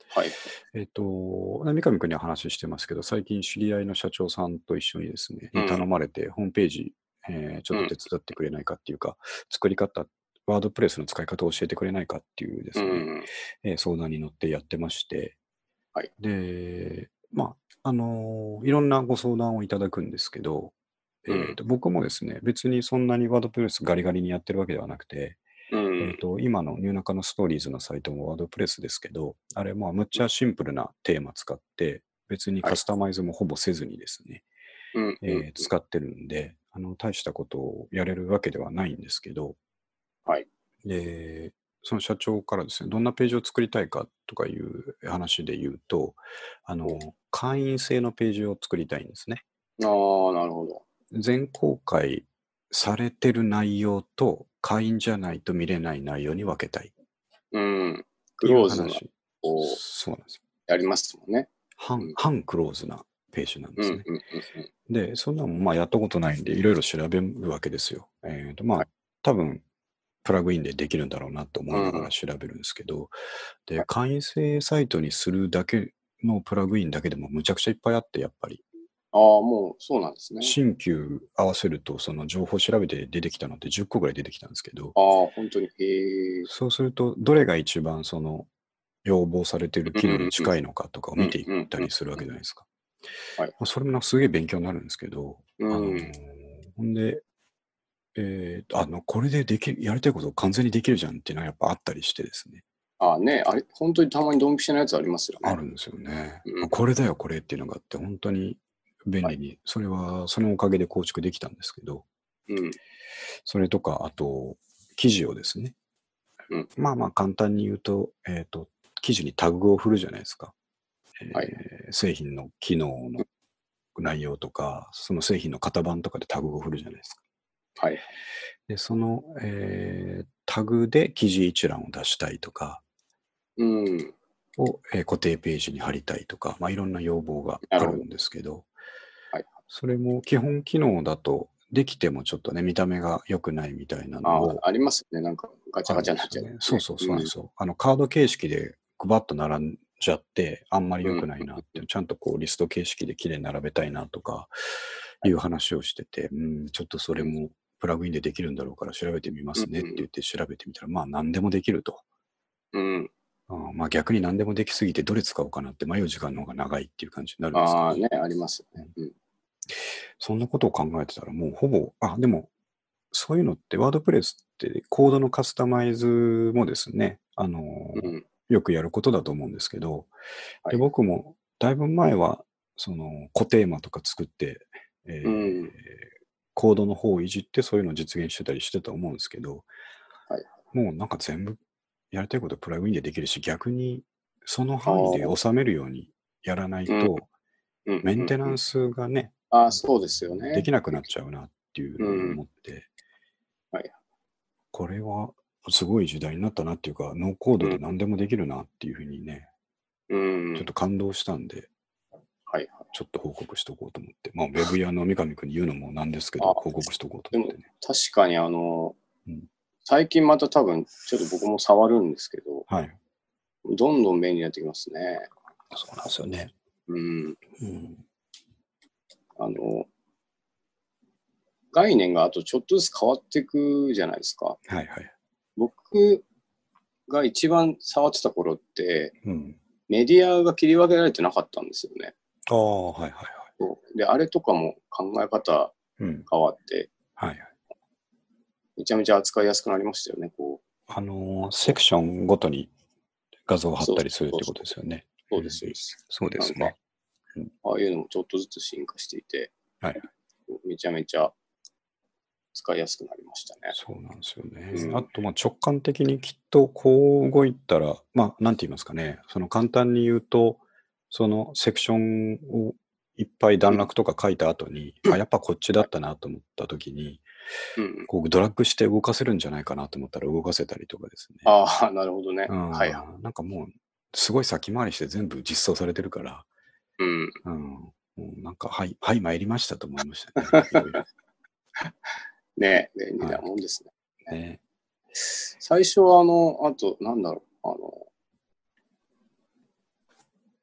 はい。
えっ、と、三上君には話してますけど、最近知り合いの社長さんと一緒にですね、
うん
頼まれて、ホームページ、えーちょっと手伝ってくれないかっていうか、作り方ワードプレスの使い方を教えてくれないかっていうです
う
ね、
ん。
えー相談に乗ってやってまして、
はい
で、まあ、あのーいろんなご相談をいただくんですけど、えーと僕もですね、別にそんなにワードプレスガリガリにやってるわけではなくて、
う
え
ん
ー、。と今のニューナカのストーリーズのサイトもワードプレスですけど、あれ、まあ、むっちゃシンプルなテーマ使って、別にカスタマイズもほぼせずにですね、
うん。
えー使ってるんであの、大したことをやれるわけではないんですけど、
はい
で、その社長からですね、どんなページを作りたいかとかいう話で言うと、あの会員制のページを作りたいんですね。
ああ、なるほど。
全公開されてる内容と、会員じゃないと見れない内容に分けたい
うん。
って
ク
い
ロ
う
ーズな
話。
こう
そうなんですよ。
やりますもんね。
半半クローズなページなんで
うん
す
う
ね。
んうん
で、そんなのまあやったことないんで、いろいろ調べるわけですよ。えっ、と、ま
は
あ、多分、プラグインでできるんだろうなと思いなが
うん
ら調べるんですけど、で、会員制サイトにするだけのプラグインだけでもむちゃくちゃいっぱいあって、やっぱり、
ああ、もうそうなんですね。
新旧合わせると、その情報調べて出てきたのって10個ぐらい出てきたんですけど
あ、あ、本当に。へえ。
そうすると、どれが一番その要望されてる機能に近いのかとかを見ていったりするわけじゃないですか。
はい
まあそれもなんかすげえ勉強になるんですけど、
う
あの
ん
ー。ほんで、えーあの、これでできる、やりたいことを完全にできるじゃんっていうのはやっぱあったりしてですね、
ああね、あれ、本当にたまにドンピシャなやつありますよね。
あるんですよね。
うん
これだよ、これっていうのがあって、本当に便利に、それは、そのおかげで構築できたんですけど、
うん。
それとか、あと、記事をですね、
うん
まあまあ簡単に言うと、えっ、と、記事にタグを振るじゃないですか。えー
はい
製品の機能の内容とか、その製品の型番とかでタグを振るじゃないですか。
はい。
で、その、えータグで記事一覧を出したいとか、
うん。
を、えー固定ページに貼りたいとか、まあ、いろんな要望があ
なるほ
る
ど
んですけど、
はい
それも基本機能だと、できてもちょっとね、見た目が良くないみたいな
あ
のを
あ、ありますよね。なんかガチャガチャになっちゃう、
あるんですよねそうそうそうなんですよ。あのカード形式でグバッと並んじゃって、あんまり良くないなって、ちゃんとこうリスト形式で綺麗に並べたいなとかいう話をしてて、うん、ちょっとそれもプラグインでできるんだろうから調べてみますねって言って調べてみたら、まあ何でもできると。
うん。
うんまあ逆に何でもできすぎてどれ使おうかなって迷う時間の方が長いっていう感じになるんですけ
あ
ど
あ、、ね、ありますよね。うん。
そんなことを考えてたらもうほぼ、あ、でも、そういうのってワードプレスってコードのカスタマイズもですね、あの、
うん。
よくやることだと思うんですけど、
は
で
い
僕もだいぶ前は、その、固テーマとか作って、えー
うん
コードの方をいじってそういうのを実現してたりしてたと思うんですけど、
はい
もうなんか全部やりたいことプラグインでできるし、逆にその範囲で収めるようにやらないと、
うん。
メンテナ
うん
ンスがね、
ああ、そうですよね。
できなくなっちゃうなっていうのを思って、
うんはい
これはすごい時代になったなっていうか、ノーコードで何でもできるなっていうふうにね、
うん。
ちょっと感動したんで、
はいはい。
ちょっと報告しとこうと思って、まあ、ウェブ屋の三上君に言うのもなんですけ
あ
ど、報告しとこうと思ってね。
確かにあの、
うん
最近また多分、ちょっと僕も触るんですけど、
はい。
どんどん便利になってきますね。
そうなんですよね。
うん。
うん。
あの、概念があとちょっとずつ変わっていくじゃないですか。
はいはい。
僕が一番触ってた頃って、
うん。
メディアが切り分けられてなかったんですよね。
ああ、はいはいはい。
で、あれとかも考え方
うん。
変わって、
はいはい。
めちゃめちゃ扱いやすくなりましたよね。こう
あのーセクションごとに画像を貼ったりするってことですよね。
そうです、そうです。
そうですね。
ああいうのもちょっとずつ進化していて、
はい
めちゃめちゃ使いやすくなりましたね。
そうなんですよ
う
ね。
ん
あと、まあ直感的にきっとこう動いたら、まあ、なんて言いますかね、その簡単に言うと、そのセクションをいっぱい段落とか書いた後に、あ、やっぱこっちだったなと思った時に、
うん、
こうドラッグして動かせるんじゃないかなと思ったら動かせたりとかですね。
ああ、なるほどね。
うん
はいはい。
なんかもう、すごい先回りして全部実装されてるから、
うん、
うん、もうなんか、はい、はい、参りましたと思いましたねいろいろ
ね便利なもんですね。
ね。
最初は、あの、あと、なんだろう、あの、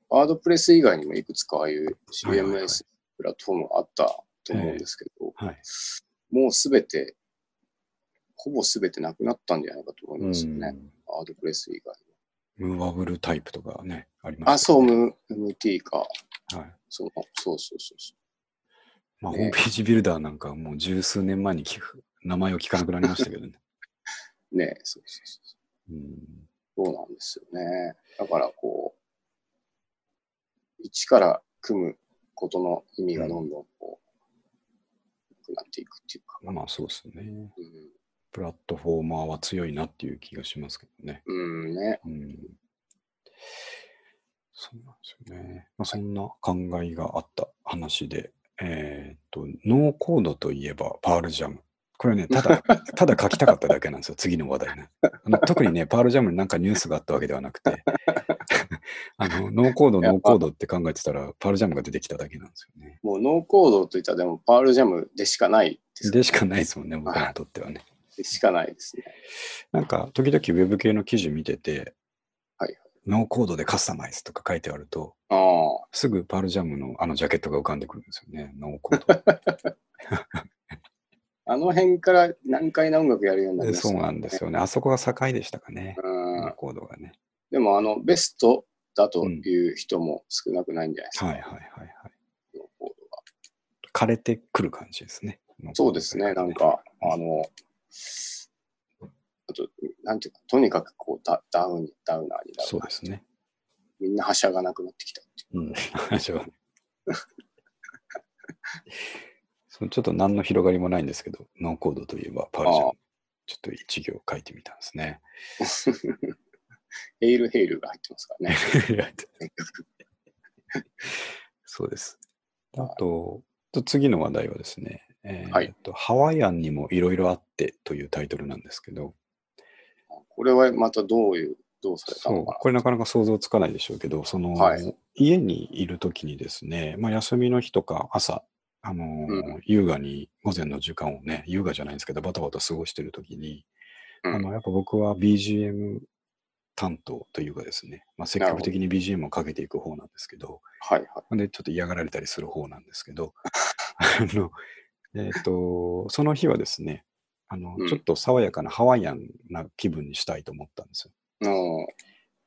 ワードプレス以外にもいくつかああいう CMS プラットフォームがあったと思うんですけど、
はい。
もうすべてほぼ全てなくなったんじゃないかと思いますよね。ワードプレス以外
ムーワブルタイプとかね、あります、ね。
あ、そう、ム MT か。
はい。
そうそうそうそうそ
まあ、
ね
ホームページビルダーなんかはもう十数年前に聞く、名前を聞かなくなりましたけどね。
う。ねえそうそうそうそう。
うん。
そうなんですよね。だからこう、一から組むことの意味がどんどんこう、なくなっていくっていうか、
まあそうですね。
うん
プラットフォーマーは強いなっていう気がしますけどね。
うんね、
うん。そうなんですよね。まあ、そんな考えがあった話で、えーっと、ノーコードといえばパールジャム。これね、た だ、ただ書きたかっただけなんですよ、次の話題ね。あの特にね、パールジャムになんかニュースがあったわけではなくて、 あのノーコード、
いや
ノーコードって考えてたら、パールジャムが出てきただけなんですよね。
もうノーコードといったらでもパールジャムでしかないです
でしかないですもんね、僕らにとってはね。
でしかないですね。
なんか、時々ウェブ系の記事見てて、
はい
ノーコードでカスタマイズとか書いてあると、
ああ、
すぐパールジャムのあのジャケットが浮かんでくるんです よね、ノーコード。
あの辺から難解な音楽やるようになり
で
ました
そう
ね
なんですよね。あそこが境でしたかね、
う
ノ
ん
ー。コードがね。
でもあの、ベストだという人も少なくないんじゃないですか。
はいはいはいはい。
ノーコードは
枯れてくる感じですね。ノーコー
そ
ド
うですね、
が
なん。か、あの、あと、なんていうか、とにかくこうダダウン、ダウナーになる
そうですね。
みんなはしゃがなくなってきた。
うん、話はね。そうちょっと何の広がりもないんですけど、ノーコードといえばパールジャ
あ
ム
あ。
ちょっと一行書いてみたんですね。
ヘイルヘイルが入ってますからね。
そうです。あと、と次の話題はですね、えー
はい
とハワイアンにもいろいろあってというタイトルなんですけど、
これはまたどういう、どうされた
そう
のか
これなかなか想像つかないでしょうけど、その、
はい
家にいるときにですね、まあ、休みの日とか朝、あのー
う
優雅に午前の時間をね、優雅じゃないんですけど、バタバタ過ごしてるときに、
うん
あの、やっぱ僕は BGM 担当というかですね、まあ、積極的に BGM をかけていく方なんですけど、
な。はいは
で、ちょっと嫌がられたりする方なんですけど、 あの、えっ、と、その日はですね、あの、
うん
ちょっと爽やかなハワイアンな気分にしたいと思ったんですよ。
い。うん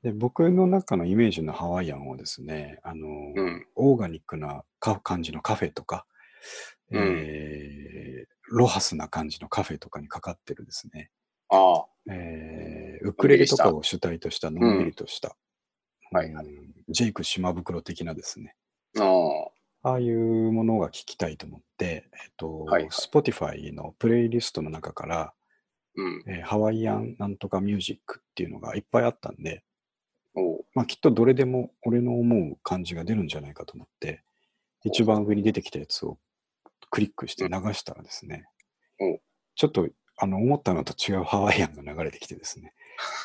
で、僕の中のイメージのハワイアンをですね、あの、
うん。
オーガニックなか感じのカフェとか、
うん
えーロハスな感じのカフェとかにかかってるですね、
ああ、
えーウクレレとかを主体とした、のんびりとした、
はい
うんジェイク島袋的なですね、
うん。
ああいうものが聞きたいと思って、えっと、
はいはい
Spotify のプレイリストの中から、
うん。
えーハワイアンなんとかミュージックっていうのがいっぱいあったんで、
おう
まあ、きっとどれでも俺の思う感じが出るんじゃないかと思って、一番上に出てきたやつをクリックして流したらですね
うん、
ちょっとあの思ったのと違うハワイアンが流れてきてですね、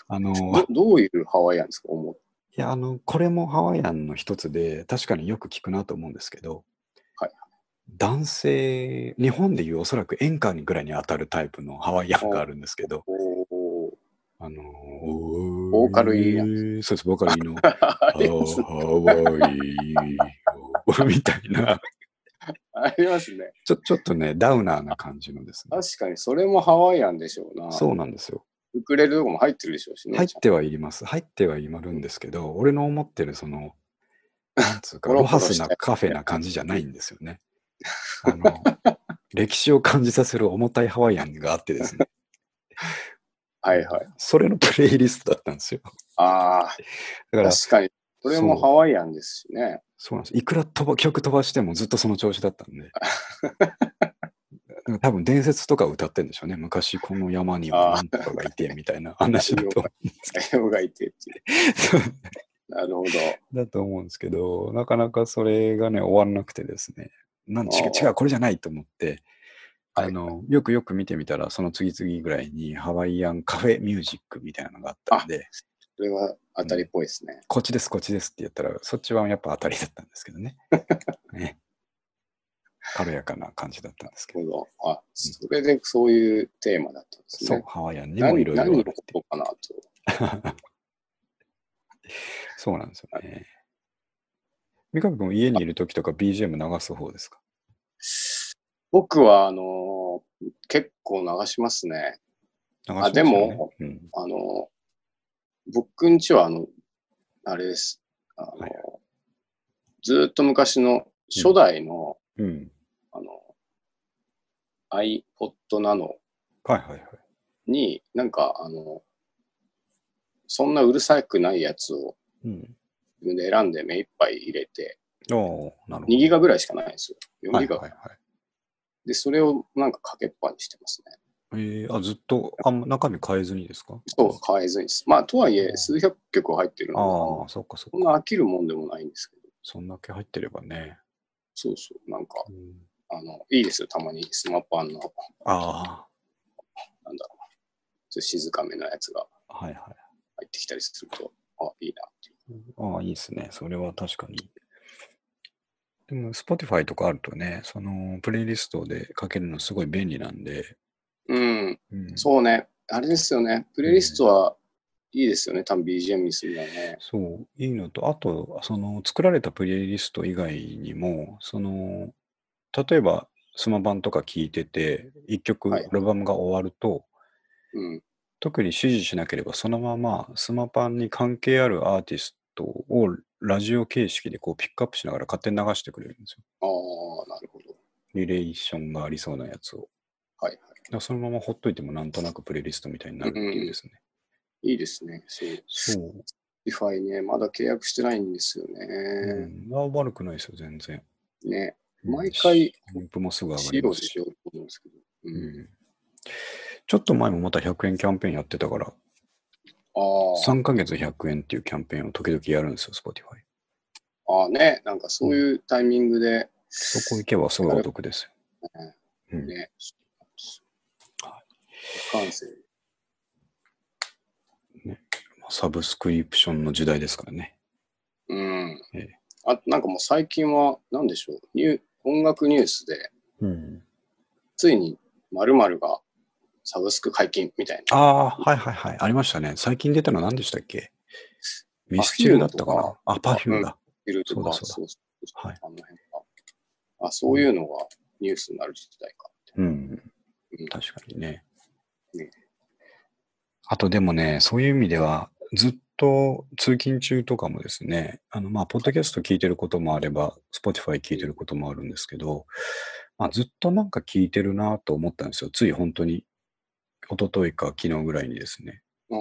あの、
どどういうハワイアンですか思う。
いや、あの、これもハワイアンの一つで、確かによく聞くなと思うんですけど、
はい
男性、日本でいうおそらく演歌ぐらいに当たるタイプのハワイアンがあるんですけど、
おー
あのー、
ボーカルいいや
そうです、ボーカルい いの。
あ
あ
ります
ーハワイ みたいな、
ありますね。
ちょちょっとね、ダウナーな感じのですね。
確かに、それもハワイアンでしょうな。
そうなんですよ。
ウクレレとかも入ってるでしょうしね。
入っ
ちゃんと
てはいります。入ってはいまるんですけど、俺の思ってるその、なんつ うか、
ゴロ
ロ
ゴロ
ハ
した
スなカフェな感じじゃないんですよね。あの、 歴史を感じさせる重たいハワイアンがあってですね、
はいはい。
それのプレイリストだったんですよ。
ああ、
だから、
確かに。それも
そう
ハワイアンですしね。
そうなんです。いくら飛ば曲飛ばしてもずっとその調子だった んで。多分伝説とか歌ってんでしょうね。昔この山にはなんとかがいてみたいな話だと思うんですけ
太陽がいてっていう。
ど。
なるほど。
だと思うんですけど、なかなかそれがね、終わらなくてですね、なん違
あ
う、
ー
違う、これじゃないと思って、
はい
あの、よくよく見てみたら、その次々ぐらいにハワイアンカフェミュージックみたいなのがあったんで、
それは当たりっぽいですね。
こっちです、こっちですって言ったら、そっちはやっぱ当たりだったんですけ どね。ね軽やかな感じだったんですけ
な
ど、
るほど。あ、それでそういうテーマだったんですね。
そう、ハワイアンにも
何
いろいろあ
何の
る
こ
って
とかなと。
そうなんですよね。三上君、家にいるときとか BGM 流す方ですか
僕は、あのー結構流しますね。
流し
あでも
ますよね、
あの、僕んちは、あの、あれです。あの、
はい
ずーっと昔の初代の、
うん。うん。
あの、iPod なの
はいはいはい。
に、なんか、あの、そんなうるさくないやつを
うん。
自分で選んで目いっぱい入れて、
ああ、なるほど。
2ギガぐらいしかないんですよ。4
はい
ギガ。
はいはい。
で、それをなんかかけっぱにしてますね。
えー、あ、ずっと、あんま中身変えずにですか
そう、変えずにです。まあ、とはいえ、
うん
数百曲入ってるの
あ
で、
あ、そっかそ
そ
っ
ん
か。
な飽きるもんでもないんですけど、
そんだけ入ってればね。
そうそう、なんか、
うん、
あの、いいですよ、たまにスマパンの、
あ
なんだろうな、ちょっと静かめのやつが
あ、はいはい。
入ってきたりすると、あ、いいなっていう。
ああ、いいですね。それは確かに。でも、Spotify とかあるとね、その、プレイリストでかけるのすごい便利なんで。
うん、
うん、う
そうね、あれですよね、プレイリストはいいですよね、多分 BGM にするのはね。
そう、いいのと、あと、その、作られたプレイリスト以外にも、その、例えば、スマ版とか聴いてて、一曲、ア
はい
ルバムが終わると、
うん、
特に指示しなければ、そのままスマパンに関係あるアーティストをラジオ形式でこうピックアップしながら勝手に流してくれるんですよ。
ああ、なるほど。
リレーションがありそうなやつを。
はいは
だからそのままほっといてもなんとなくプレイリストみたいになるっていうですね。
い。いいですね、そう。
そう。
Spotify ね、まだ契約してないんですよ
う
ね。
ん、あ悪くないですよ、全然。
ね、
うん
毎回、
音符もすぐ上が
使
り
用
ます
しようと思うんですけど。う
う
ん
ん。ちょっと前もまた100円キャンペーンやってたから、
あー
3ヶ月100円っていうキャンペーンを時々やるんですよ、Spotify。
あーね、なんかそういうタイミングで、
そこ行けばすごいお得です
ね
よ。うん。
ね、
は
感性。
サブスクリプションの時代ですからね。
うん
ええ。
あなんかもう最近は、なんでしょう、ニュー音楽ニュースで、
うん。
ついに〇〇がサブスク解禁みたいな。
ああー、はいはいはい。ありましたね。最近出たの何でしたっけミスチルだったかなあ、パフュームだ。
いるとか、
そうだそう
そうそう
はい
あの辺があ。そういうのがニュースになる時代か。
うん
うん。
確かにね
ね。
あとでもね、そういう意味では、ずっと通勤中とかもですね、あの、まあ、ポッドキャスト聞いてることもあれば、Spotify 聞いてることもあるんですけど、まあ、ずっとなんか聞いてるなと思ったんですよ。つい本当に、一昨日か昨日ぐらいにですね、
うん。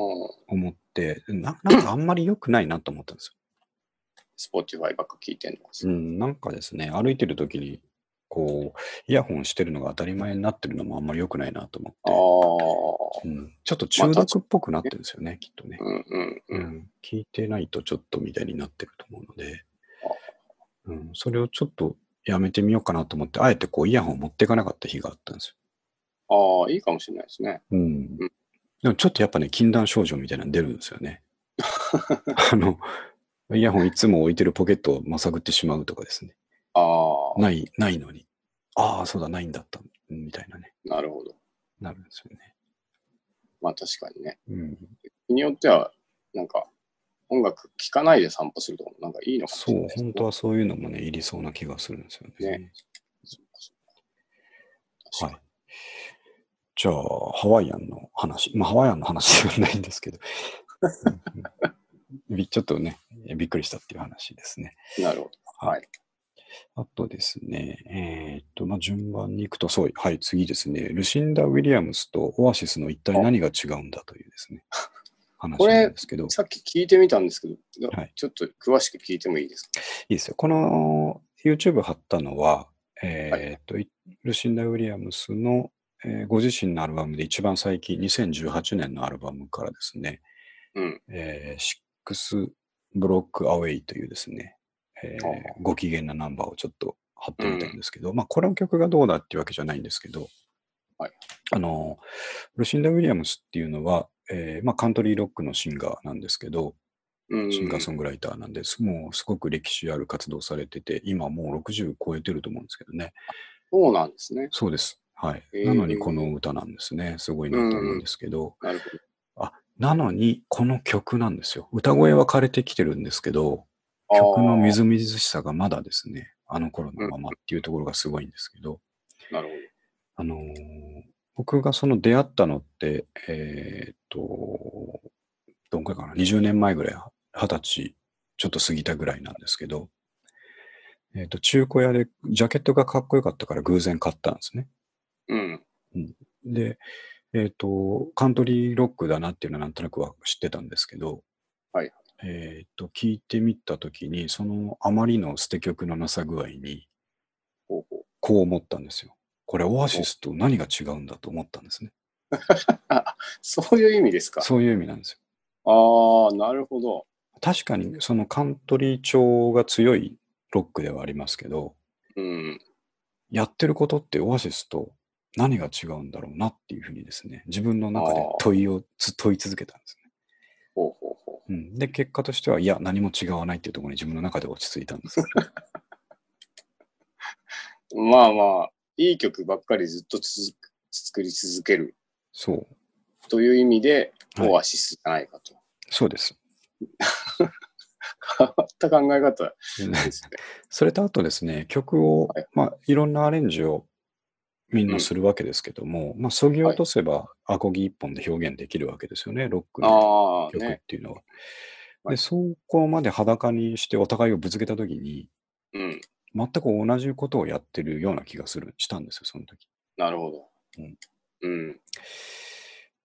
思って、ななんかあんまり良くないなと思ったんですよ
Spotify ばっか聞いてんのか
う。ん、なんかですね、歩いてる時に、こう、イヤホンしてるのが当たり前になってるのもあんまり良くないなと思っ
ああ。
て、うん、ちょっと中毒っぽくなってるんですよね、きっとね、
うんうんう。
うんん。聞いてないとちょっとみたいになってると思うので
あ、
うん、それをちょっとやめてみようかなと思って、あえてこうイヤホン持っていかなかった日があったんです
ああ、いいかもしれないですね。
よ。うん。でもちょっとやっぱね、禁断症状みたいなの出るんですよね。あの、イヤホンいつも置いてるポケットをまさぐってしまうとかですね。
ああ、
ない、ないのに。ああ、そうだ、ないんだった。みたいなね、
なるほど。
なるんですよね。
まあ確かにね。
うん、
日によっては、なんか、音楽聴かないで散歩するとかも、なんかいいのかもし
そ
れな
う
い、ですね
本当はそういうのもね、いりそうな気がするんですよね。
ねそうかそうか
はい。じゃあ、ハワイアンの話。まあ、ハワイアンの話ではないんですけど。びちょっとね、びっくりしたっていう話ですね。
なるほど。はい。
あとですね、えーっと、まあ、順番に行くと、そう、はい、次ですね、ルシンダ・ウィリアムスとオアシスの一体何が違うんだというですね、話
これ
なんですけど。
さっき聞いてみたんですけど、
はい
ちょっと詳しく聞いてもいいですか
いいですよ。この YouTube 貼ったのは、えーっと、いルシンダ・ウィリアムスの、えーご自身のアルバムで一番最近、2018年のアルバムからですね、
うん。
えーシックス・ブロック・アウェイというですね、えー
あー
ご機嫌なナンバーをちょっと貼ってみたんですけど、まあ、この曲がどうだっていうわけじゃないんですけど、
はい
あの、ルシンダ・ウィリアムスっていうのは、えーまあ、カントリーロックのシンガーなんですけど、
うん。
シンガーソングライターなんです。もうすごく歴史ある活動されてて、今もう60超えてると思うんですけどね。
そうなんですね。
そうです。はい。
へー
なのにこの歌なんですね。すごいなと思うんですけど、
なるほど。
なのにこの曲なんですよ。歌声は枯れてきてるんですけど、
あー
曲のみずみずしさがまだですね、あの頃のままっていうところがすごいんですけど、
なる
あのー僕がその出会ったのって、えーっと、どんくらいかな、20年前ぐらい、二十歳ちょっと過ぎたぐらいなんですけど、えーっと、中古屋でジャケットがかっこよかったから偶然買ったんですね。
うん。
で、えっ、と、カントリーロックだなっていうのはなんとなくは知ってたんですけど、
はい。
えっ、と、聞いてみたときに、そのあまりの捨て曲のなさ具合に、
ほうほう。
こう思ったんですよ。これ、オアシスと何が違うんだと思ったんですね。
あ、そういう意味ですか。
そういう意味なんですよ。
ああ、なるほど。
確かに、そのカントリー調が強いロックではありますけど、
うん。
やってることってオアシスと何が違うんだろうなっていうふうにですね、自分の中で問いをつ問い続けたんですね。
ほうほうほ
うん、で、結果としては、いや、何も違わないっていうところに自分の中で落ち着いたんですよ。
う。まあまあ、いい曲ばっかりずっと続く作り続ける
そう。
という意味で、
はい
オアシスじゃないかと。
そうです。
変わった考え方ですね。
それとあとですね、曲を、
はい
まあ、いろんなアレンジをみんなするわけですけども、まあ、そぎ落とせば、アコギ一本で表現できるわけですよね、ロックの
ああ、
曲っ
ね。
ていうのは。
は
で、
い
そこまで裸にしてお互いをぶつけたときに、
うん。
全く同じことをやってるような気がする、したんですよ、その時。
なるほど。
うん
うん。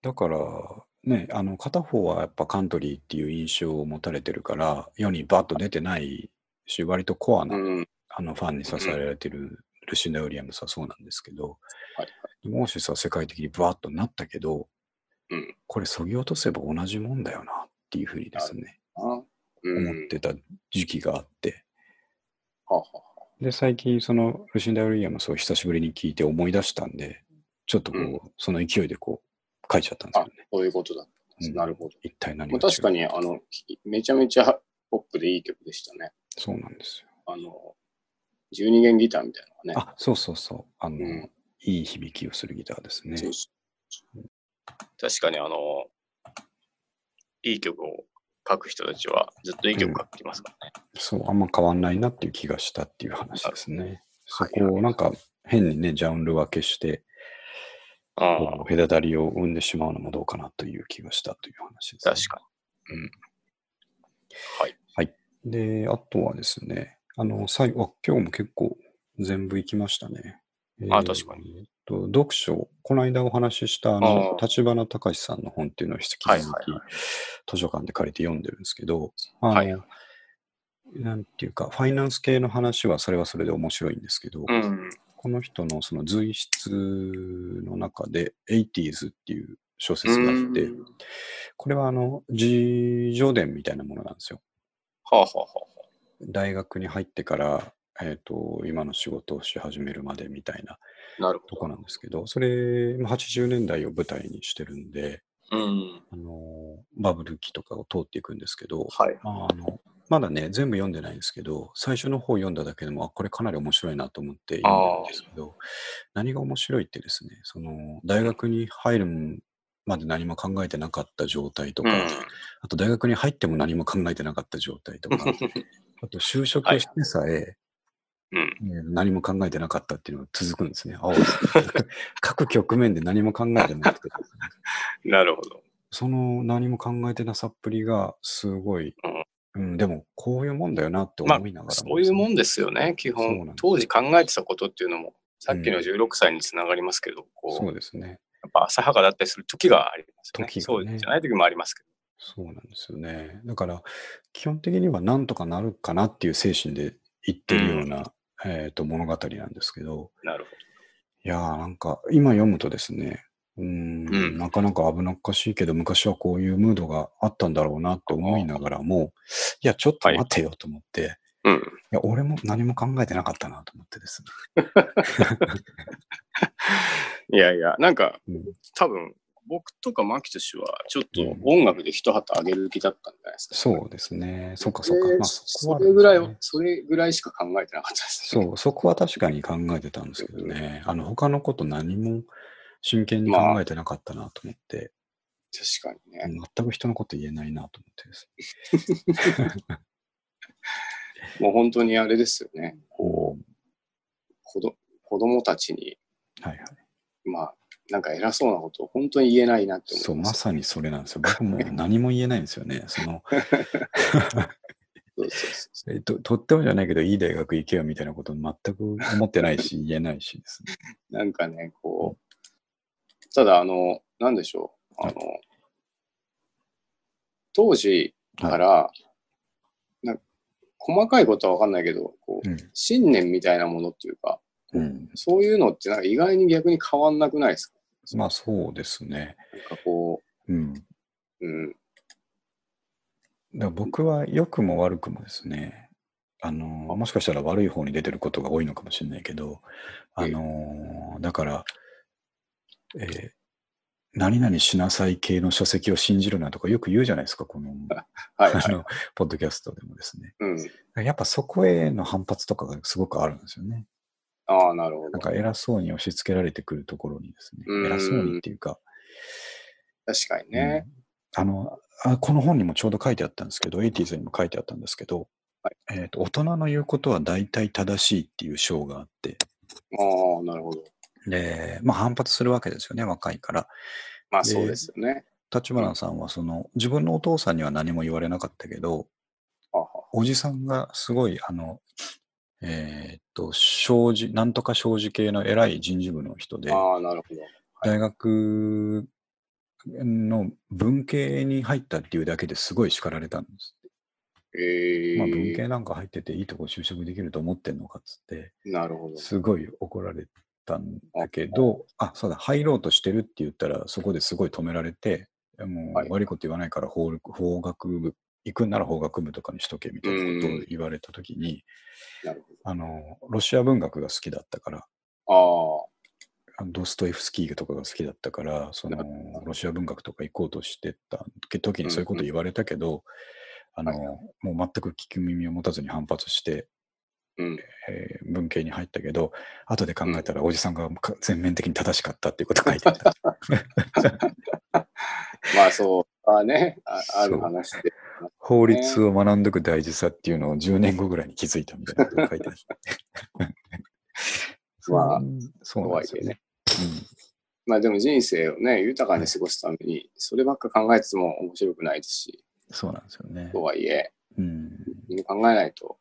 だから、ね、あの片方はやっぱカントリーっていう印象を持たれてるから世にバッと出てないし割とコアな、
うん。
あのファンに支えられてるルシンダ・ウィリアムスはそうなんですけど、
はい
でもオーシスは世界的にバーッとなったけど、
うん
これそぎ落とせば同じもんだよなっていうふうにですね、
あうん。
思ってた時期があって
はは
で最近そのルシンダ・ウィリアムスを久しぶりに聞いて思い出したんでちょっとこう、
うん
その勢いでこう書いちゃったんですよね。
そういうことだったんです。
うん
なるほど。
一体何
ま
が
あ、
違う
確かに、あの、めちゃめちゃポップでいい曲でしたね。
そうなんですよ
あの、12弦ギターみたいなのがね。
あ、そうそうそう。あの、
うん
いい響きをするギターですね。
そうそう確かに、あの、いい曲を書く人たちはずっといい曲書きますからね。
そう、あんま変わんないなっていう気がしたっていう話ですね。そ
はい
こをなんか変にね、ジャンル分けして、
あ
こ
あ
う隔たりを生んでしまうのもどうかなという気がしたという話です、ね。
確か
に。で、あとはですね、あの、最後、あ今日も結構全部行きましたね。
あ確か
に。えっと読書、この間お話ししたあの、
あ
立花隆さんの本っていうのを引き
は
続
い
き
はいはい
図書館で借りて読んでるんですけど、あ
に。
の
はい。
なんていうか、ファイナンス系の話はそれはそれで面白いんですけど、
うん。
この人のその随筆の中で、80s っていう小説があって、
うん
これはあの、自叙伝みたいなものなんですよ。
はあ、はあはあ、
大学に入ってから、えっ、と、今の仕事をし始めるまでみたいな
なるほ
と
ど。
こなんですけど、それ、まあ80年代を舞台にしてるんで、
うん。
あのバブル期とかを通っていくんですけど、
はい。
まあ、あのまだね、全部読んでないんですけど、最初の方読んだだけでも、あこれかなり面白いなと思って読んだんですけど、何が面白いってですね、その大学に入るまで何も考えてなかった状態と
う
か、
ん。
あと大学に入っても何も考えてなかった状態とか、あと就職
はい
してさえ、
うん。
えー何も考えてなかったっていうのが続くんですね。あ 各局面で何も考えてなくてですね
なるほど。
その何も考えてなさっぷりがすごい、うんでもこういうもんだよなって思いながら
そういうも
ん
んですよね、基
そうなん
本
です。
当時考えてたことっていうのも、さっきの
うん
16歳につながりますけど、こう
そうですね。
やっぱ浅はかだったりする時がありますよね。
時
そ
が
う
ね
じゃない時もありますけ
そうなんですよね。だから基本的にはなんとかなるかなっていう精神で言ってるような、えー、と物語なんですけど、
ど。なるほ
いやーなんか今読むとですね、うーん
うん
なかなか危なっかしいけど昔はこういうムードがあったんだろうなと思いながらも、いやちょっと待てよと思って、い、
ど。うん。
や俺も何も考えてなかったなと思ってですね。
いやいや、なんか、
うん
多分僕とか牧俊は、ちょっと音楽で一旗あげる気だったんじゃないですか。
そうですね。そっか
で
そっか。まあ
そ
そこは
れぐらい
で
を
すね、
それぐらいしか考えてなかったですね。
そう、そこは確かに考えてたんですけどね。あの、他のこと何も真剣に
まあ
考えてなかったなと思って、
確かにね。
全く人のこと言えないなと思ってですね。
もう本当にあれですよね。
おはい
子ど子供たちに、
はい。
まあ、なんか偉そうなことを本当に言えないなって
そう、
思い
ま
ます。
さにそれなんですよ。僕も何も言えないんですよね。その、
そうそうそう
えっと、とってもじゃないけど、いい大学行けよみたいなこと全く思ってないし、言えないしですね。
なんかね、こう、ただ、あの、なんでしょう、あの、当時から、なんか細かいことは分かんないけど、こう、
うん
信念みたいなものっていうか、
うん。
そういうのってなんか意外に逆に変わんなくないですか
まあ、そうですね。
なんかこ
うん。だか
う、うん、
ら僕は良くも悪くもですね、あの、もしかしたら悪い方に出てることが多いのかもしれないけど、あの、だから、えー何々しなさい系の書籍を信じるなとかよく言うじゃないですか、この、
はい、
あの、ポッドキャストでもですね。
うん。
やっぱそこへの反発とかがすごくあるんですよね。
ああ、なるほ
な
ど。
んか偉そうに押し付けられてくるところにですね。
うん
偉そうにっていうか、
確かにね。
うんあのあ、この本にもちょうど書いてあったんですけど、エイティーズにも書いてあったんですけど、
は
えーと大人の言うことは大体正しいっていう章があって、
ああ、なるほど。
で、まあ反発するわけですよね、若いから。
まあ、
で
そうですよね。
立花さんはその、自分のお父さんには何も言われなかったけど、
はあは
おじさんがすごい、あの、えーっと、障子、なんとか障子系の偉い人事部の人で、
あああ、なるほど。
大学の文系に入ったっていうだけですごい叱られたんです。
ええ
まあ、文系なんか入ってていいとこ就職できると思ってんのかっつって、
なるほど。
すごい怒られたんだけど、あ、そうだ、入ろうとしてるって言ったら、そこですごい止められて、も
はいう
悪いこと言わないから法律法学部、行くんなら法学部とかにしとけみたいなことを言われたときに、
なるほ
あの、ロシア文学が好きだったから、
ど。ああ。
あのドストエフスキーとかが好きだったから、その
な
ロシア文学とか行こうとしてた時にそういうこと
うん
言われたけど、あの
はい
もう全く聞く耳を持たずに反発して、
うん、
えー文系に入ったけど、後で考えたらおじさんがか全面的に正しかったっていうこと書い てあった。
まあそう、まあね、あ
そう
ある話で。
法律を学んどく大事さっていうのを10年後ぐらいに気づいたみたいなことが書い てあった。 そう
まあ
そうなんですよね。
まあでも人生をね、豊かに過ごすために、そればっか考えてても面白くないですし、
うん、そうなんですよね。
とはいえ、
うん
考えないと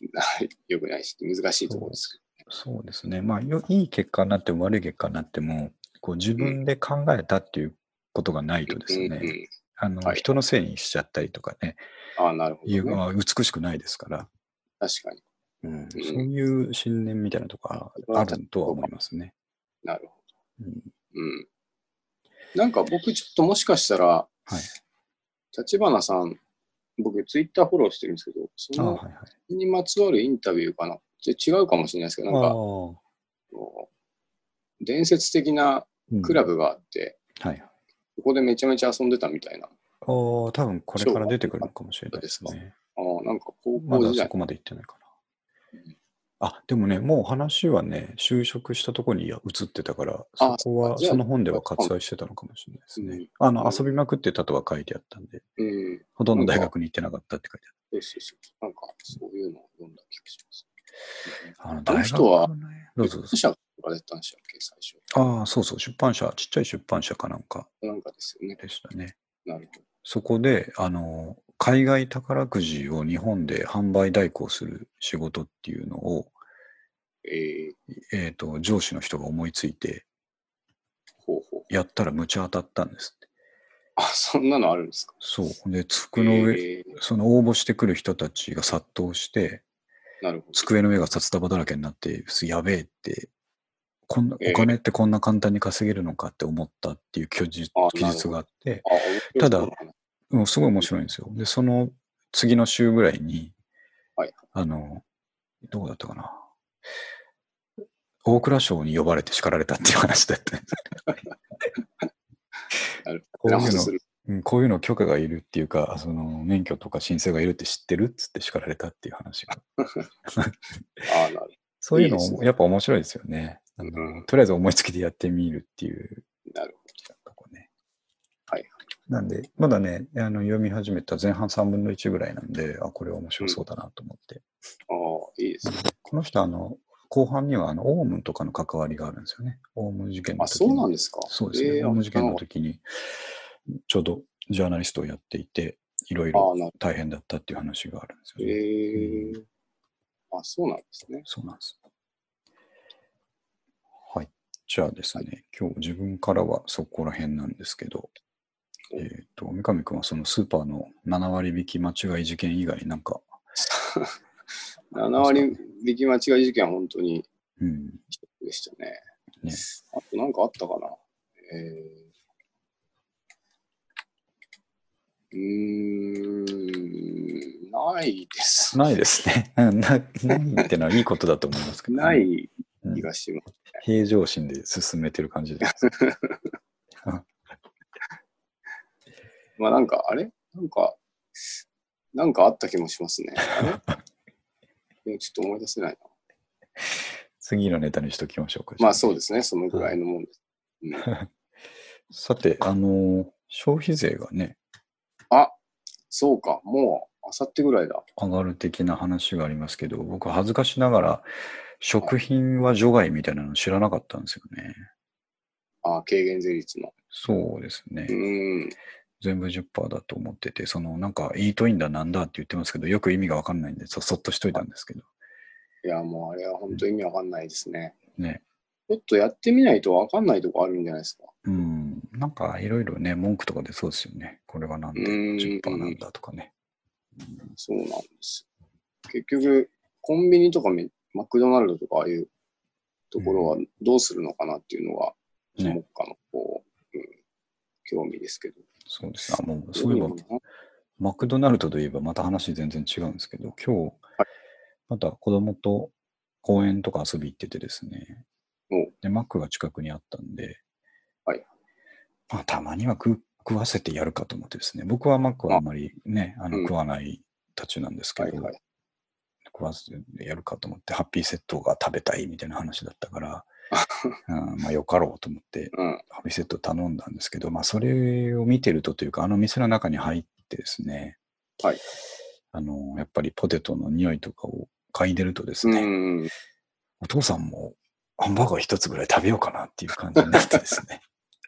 良くないし、難しいところですけ
そうですね。まあ、よいい結果になっても悪い結果になっても、こう自分で考えたっていうことがないとです
ど。
ね、
うんうん
あの
はい
人のせいにしちゃったりとかね、
ああ、なるほ
いう
ど、ね。
まあ美しくないですから、
確かに
うんそういう信念みたいなとこあるとは思いますね。
なるほ
うん
ど。うん。なんか僕ちょっともしかしたら、
はい
立花さん、僕ツイッターフォローしてるんですけど、そ
ああ
の
はいはい。
にまつわるインタビューかな。ち違うかもしれないですけど、なん
ああ
か、こう伝説的な
うん
クラブがあって、
はいはい。
ここでめちゃめちゃ遊んでたみたいな。
ああ、多分これから出てくるのかもしれないです
そう
ね。
あーなんか高
ま
校
だ
時
そ
代。
こまで行ってないか
う。
なんあ、でもね、もう話はね、就職したところに移ってたから、そ
あ
こは、
そっかじゃあ
その本では割愛してたのかもしれないです
う
ね
ん。
あの、遊びまくってたとは書いてあったんで、
うん。
ほとんど大学に行ってなかったって書いて
そうそうそう。なんか、そういうのを読んだ気がします。
あった。あの
あの人は
大学ねどうぞどうぞ。
社とか出たんでしたっけ、最初。
ああ、そうそう、出版社、ちっちゃい出版社かなんか
なんかですよね。
でしたね。
なるほ
そこで、あの、海外宝くじを日本で販売代行する仕事っていうのを、
ど。えー、
えっ、と、上司の人が思いついて、
ほうほう。
やったら無茶当たったんですって。
あ、そんなのあるんですか。
そう。で、机の上、
え
その応募してくる人たちが殺到して、
ーなるほど。
机の上が札束だらけになって、やべえって、こんな、
ええ
お金ってこんな簡単に稼げるのかって思ったっていう記述
あ
記述があって、
あ、面白い
ただ
そうなの
うんすごい面白いんですよ。で、その次の週ぐらいに、
はい
あの、どこだったかな。大蔵省に呼ばれて叱られたっていう話だ ったんです。
なる
こう
な
いう
る
の
ほど。、
うんこういうの許可がいるっていうか、その免許とか申請がいるって知ってるっつって叱られたっていう話が。
あーなるほど
そういうの
いいですね
やっぱ面白いですよね。あの
うん
とりあえず思いつきでやってみるっていう
なるほ
とこね。
はい。
なんで、まだね、あの読み始めた前半3分の1ぐらいなんで、あ、これ面白そうだなと思って。
ど。ああ、いいですね。
この人、あの、後半にはあのオウムとかの関わりがあるんですよね。オウム事件の
あ、
時
そうなん
に。
ですか。
そうですね。
えー
オウム事件の
あ
時に、ちょうどジャーナリストをやっていて、いろい
知らなか
ろ
ったあなる
大変だったっていう話があるんです
ほど。
よね。
えーあ、そうなんですね。
そうなんです。はい。じゃあですね、今日自分からはそこら辺なんですけど、
お
えっ、と、三上君はそのスーパーの7割引き間違い事件以外、な んか、
7割引き間違い事件は本当に
うん、
でしたね。
ね
あとなんかあったかな。えー、うーん、ないです。
ないですね。 うんなないってのはいいことだと思いますけどね、
ない
うん
気がします。
平常心で進めてる感じです。
まあなんか、あれなんか、なんかあった気もしますね。 あれいやちょっと思い出せないな。
次のネタにしときましょうか。
まあそう
す。
ですね、そのぐらいのもんです。うん、
さて、あのー消費税がね、
あそうか、もうあさってぐらいだ。
上がる的な話がありますけど、僕恥ずかしながら、食品は除外みたいなの知らなかったんですよね。
あ軽減税率の。
そうですね
う。ん。
全部10%だと思ってて、そのなんかイートインだなんだって言ってますけど、よく意味がわかんないんで、そそっとしといたんですけど。
いや、もうあれは本当意味わかんないですね。
ね。
ちょっとやってみないとわかんないとこあるんじゃないですか。
うん。なんかいろいろね、文句とかでそうですよね。これはなんで
うん
10%なんだとかね。
そうなんです。結局、コンビニとかめマクドナルドとかああいうところはどうするのかなっていうのが、
ね
目下のこう、うん、興味ですけど。
そうですね。あ、もうそういえば
どういうのか
マクドナルドといえばまた話全然違うんですけど、今日、また子供と公園とか遊び行っててですね
お。
で、マックが近くにあったんで、
はい
まあ、たまには食う食わせてやるかと思ってですね。僕はマックはあんまりね、あの
うん
食わないたちなんですけ
な
ど、
はいはい。
食わせてやるかと思って、ハッピーセットが食べたいみたいな話だっ たから、うんまあ、よかろうと思って
うん。
ハビセット頼んだんですけど、まあ、それを見てるとというか、あの店の中に入ってですね、
はい。
あの、やっぱりポテトの匂いとかを嗅いでるとです
う
ね、
ん。
お父さんもハンバーガー一つぐらい食べようかなっていう感じになってで すね、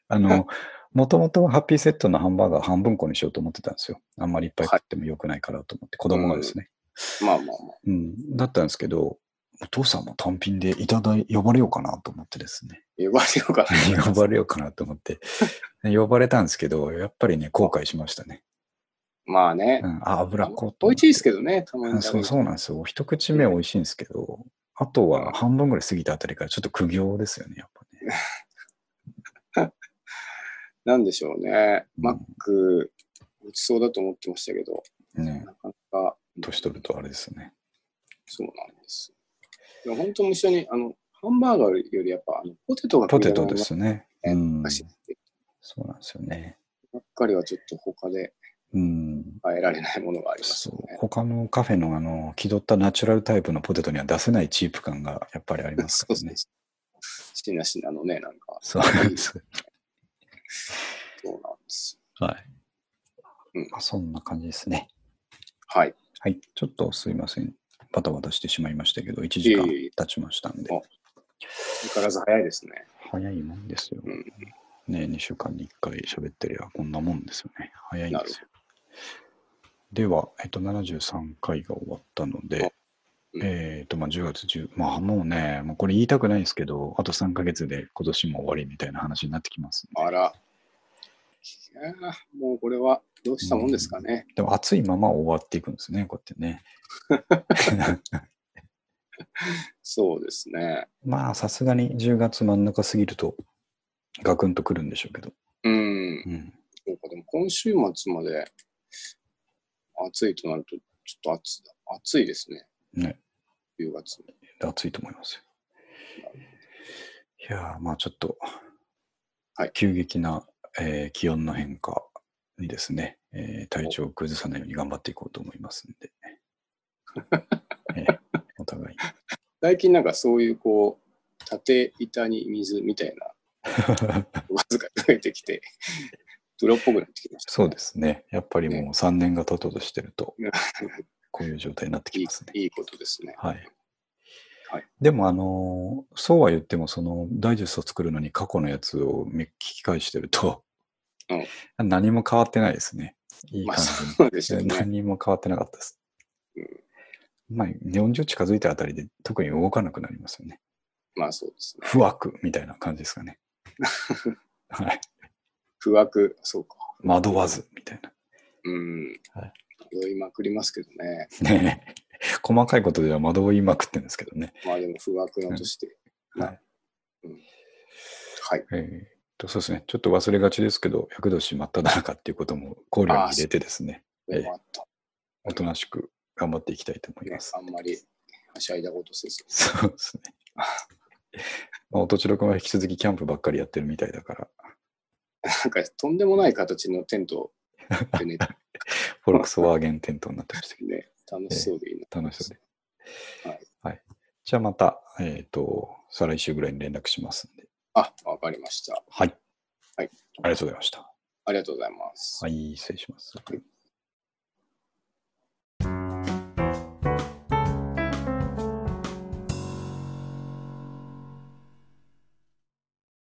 あの、もともとハッピーセットのハンバーガー半分こにしようと思ってたんですよ。あんまりいっぱい食っても良くないからと思って、子供がですね。
まあまあまあ。
うん、だったんですけど、お父さんも単品でいただい、呼ばれようかなと思ってですね。
呼ばれようかな。
呼ばれようかなと思って、 呼ばれたんですけど、やっぱりね、後悔しましたね。
まあね
う。ん、あ、油っこう
美
と思っ
味
て。
しいですけどね、たま
う
に
ん
食べ
そう
る
そうなんですよ。一口目は美味しいんですけど、あとは半分ぐらい過ぎたあたりからちょっと苦行ですよね、やっぱね。
なんでしょうね。
うん
マック、ごちそうだと思ってましたけど、
ね
なかなか、
年取るとあれですよね。
そうなんです。でも本当に一緒に、あの、ハンバーガーよりやっぱ、あのポテトが
ポ
気
テ
にな
ト
り
で
ます
すね。
ね
うん。
昔
そ
って
うなんですよね。
ばっかりはちょっと他で
うん。
変えられないものがあります
そ
よ
う
ね。
他のカフェのあの気取ったナチュラルタイプのポテトには出せないチープ感がやっぱりあります
そう
から
そう
ね。
そう。しなしなのね、なんか、
そうなんです。
そうなんです。
はい。
うん
まあ、そんな感じですね。
はい。
はい、ちょっとすいません。バタバタしてしまいましたけど、1
い
時
え
間
いえ
経ちましたんで
あ、相変わらず早いですね。
早いもんですよ。
うん
ね、2週間に1回喋ってりゃこんなもんですよね。早いんですよ。では、えっと、73回が終わったので、
うん
えっと、まあ、10月10、まあ、もうね、もうこれ言いたくないですけど、あと3ヶ月で今年も終わりみたいな話になってきますね、
あら。いやーもうこれはどうしたもんですかね。
でも、暑いまま終わっていくんですね、こうやって ね。
そうですね。
まあ、さすがに10月真ん中過ぎると、ガクンとくるんでしょうけど。
うん。
うん。
そうか、でも今週末まで暑いとなると、ちょっと暑い暑いですね。
ね。
10月も。
熱いと思いますよ。いやー、まあちょっと、
はい
急激な、えー気温の変化にですね、えー体調を崩さないように頑張っていこうと思いますんで、 えーお互い
最近なんかそういうこう、縦板に水みたいな、わずか増えて きて、プロっぽくなってきました。
そうですね、やっぱりもう3年が経とうとしてると、こういう状態になってき
い
ますね。
いいいことですね。
はい。
はい
でも、あの、そうは言っても、その、ダイジェスト作るのに過去のやつを見聞き返してると、何も変わってないですね。いい
まあ
感じに。
そうですよね。
何も変わってなかったです。
うん
まあ、40近づいたあたりで特に動かなくなりますよね。
まあそうですね。
不惑みたいな感じです かね。はい。
不惑、そうか。
惑わずみたいな。
うん。
はい
酔いまくりますけどね。
ねえ細かいことでは惑いまくってるんですけどね。
まあでも不惑なとして。
はい。
はい。
えーっとそうですね。ちょっと忘れがちですけど、厄年真っ只中っていうことも考慮に入れてですね、
でもあった。
おとなしく頑張っていきたいと思い
ね
ます。、
あんまりはしゃいだことせず。
そうですね。まあ、おとちろくんは引き続きキャンプばっかりやってるみたいだから、
なんかとんでもない形のテントでね、
フォルクスワーゲンテントになってましたけど
ね楽しそうでいいな。
楽しそうで。
はい。
じゃあまた、えっ、と、再来週ぐらいに連絡しますんで。
あ、わかりました。
はい。
はい。
ありがとうございました。
ありがとうございます。
はい、失礼します。
はい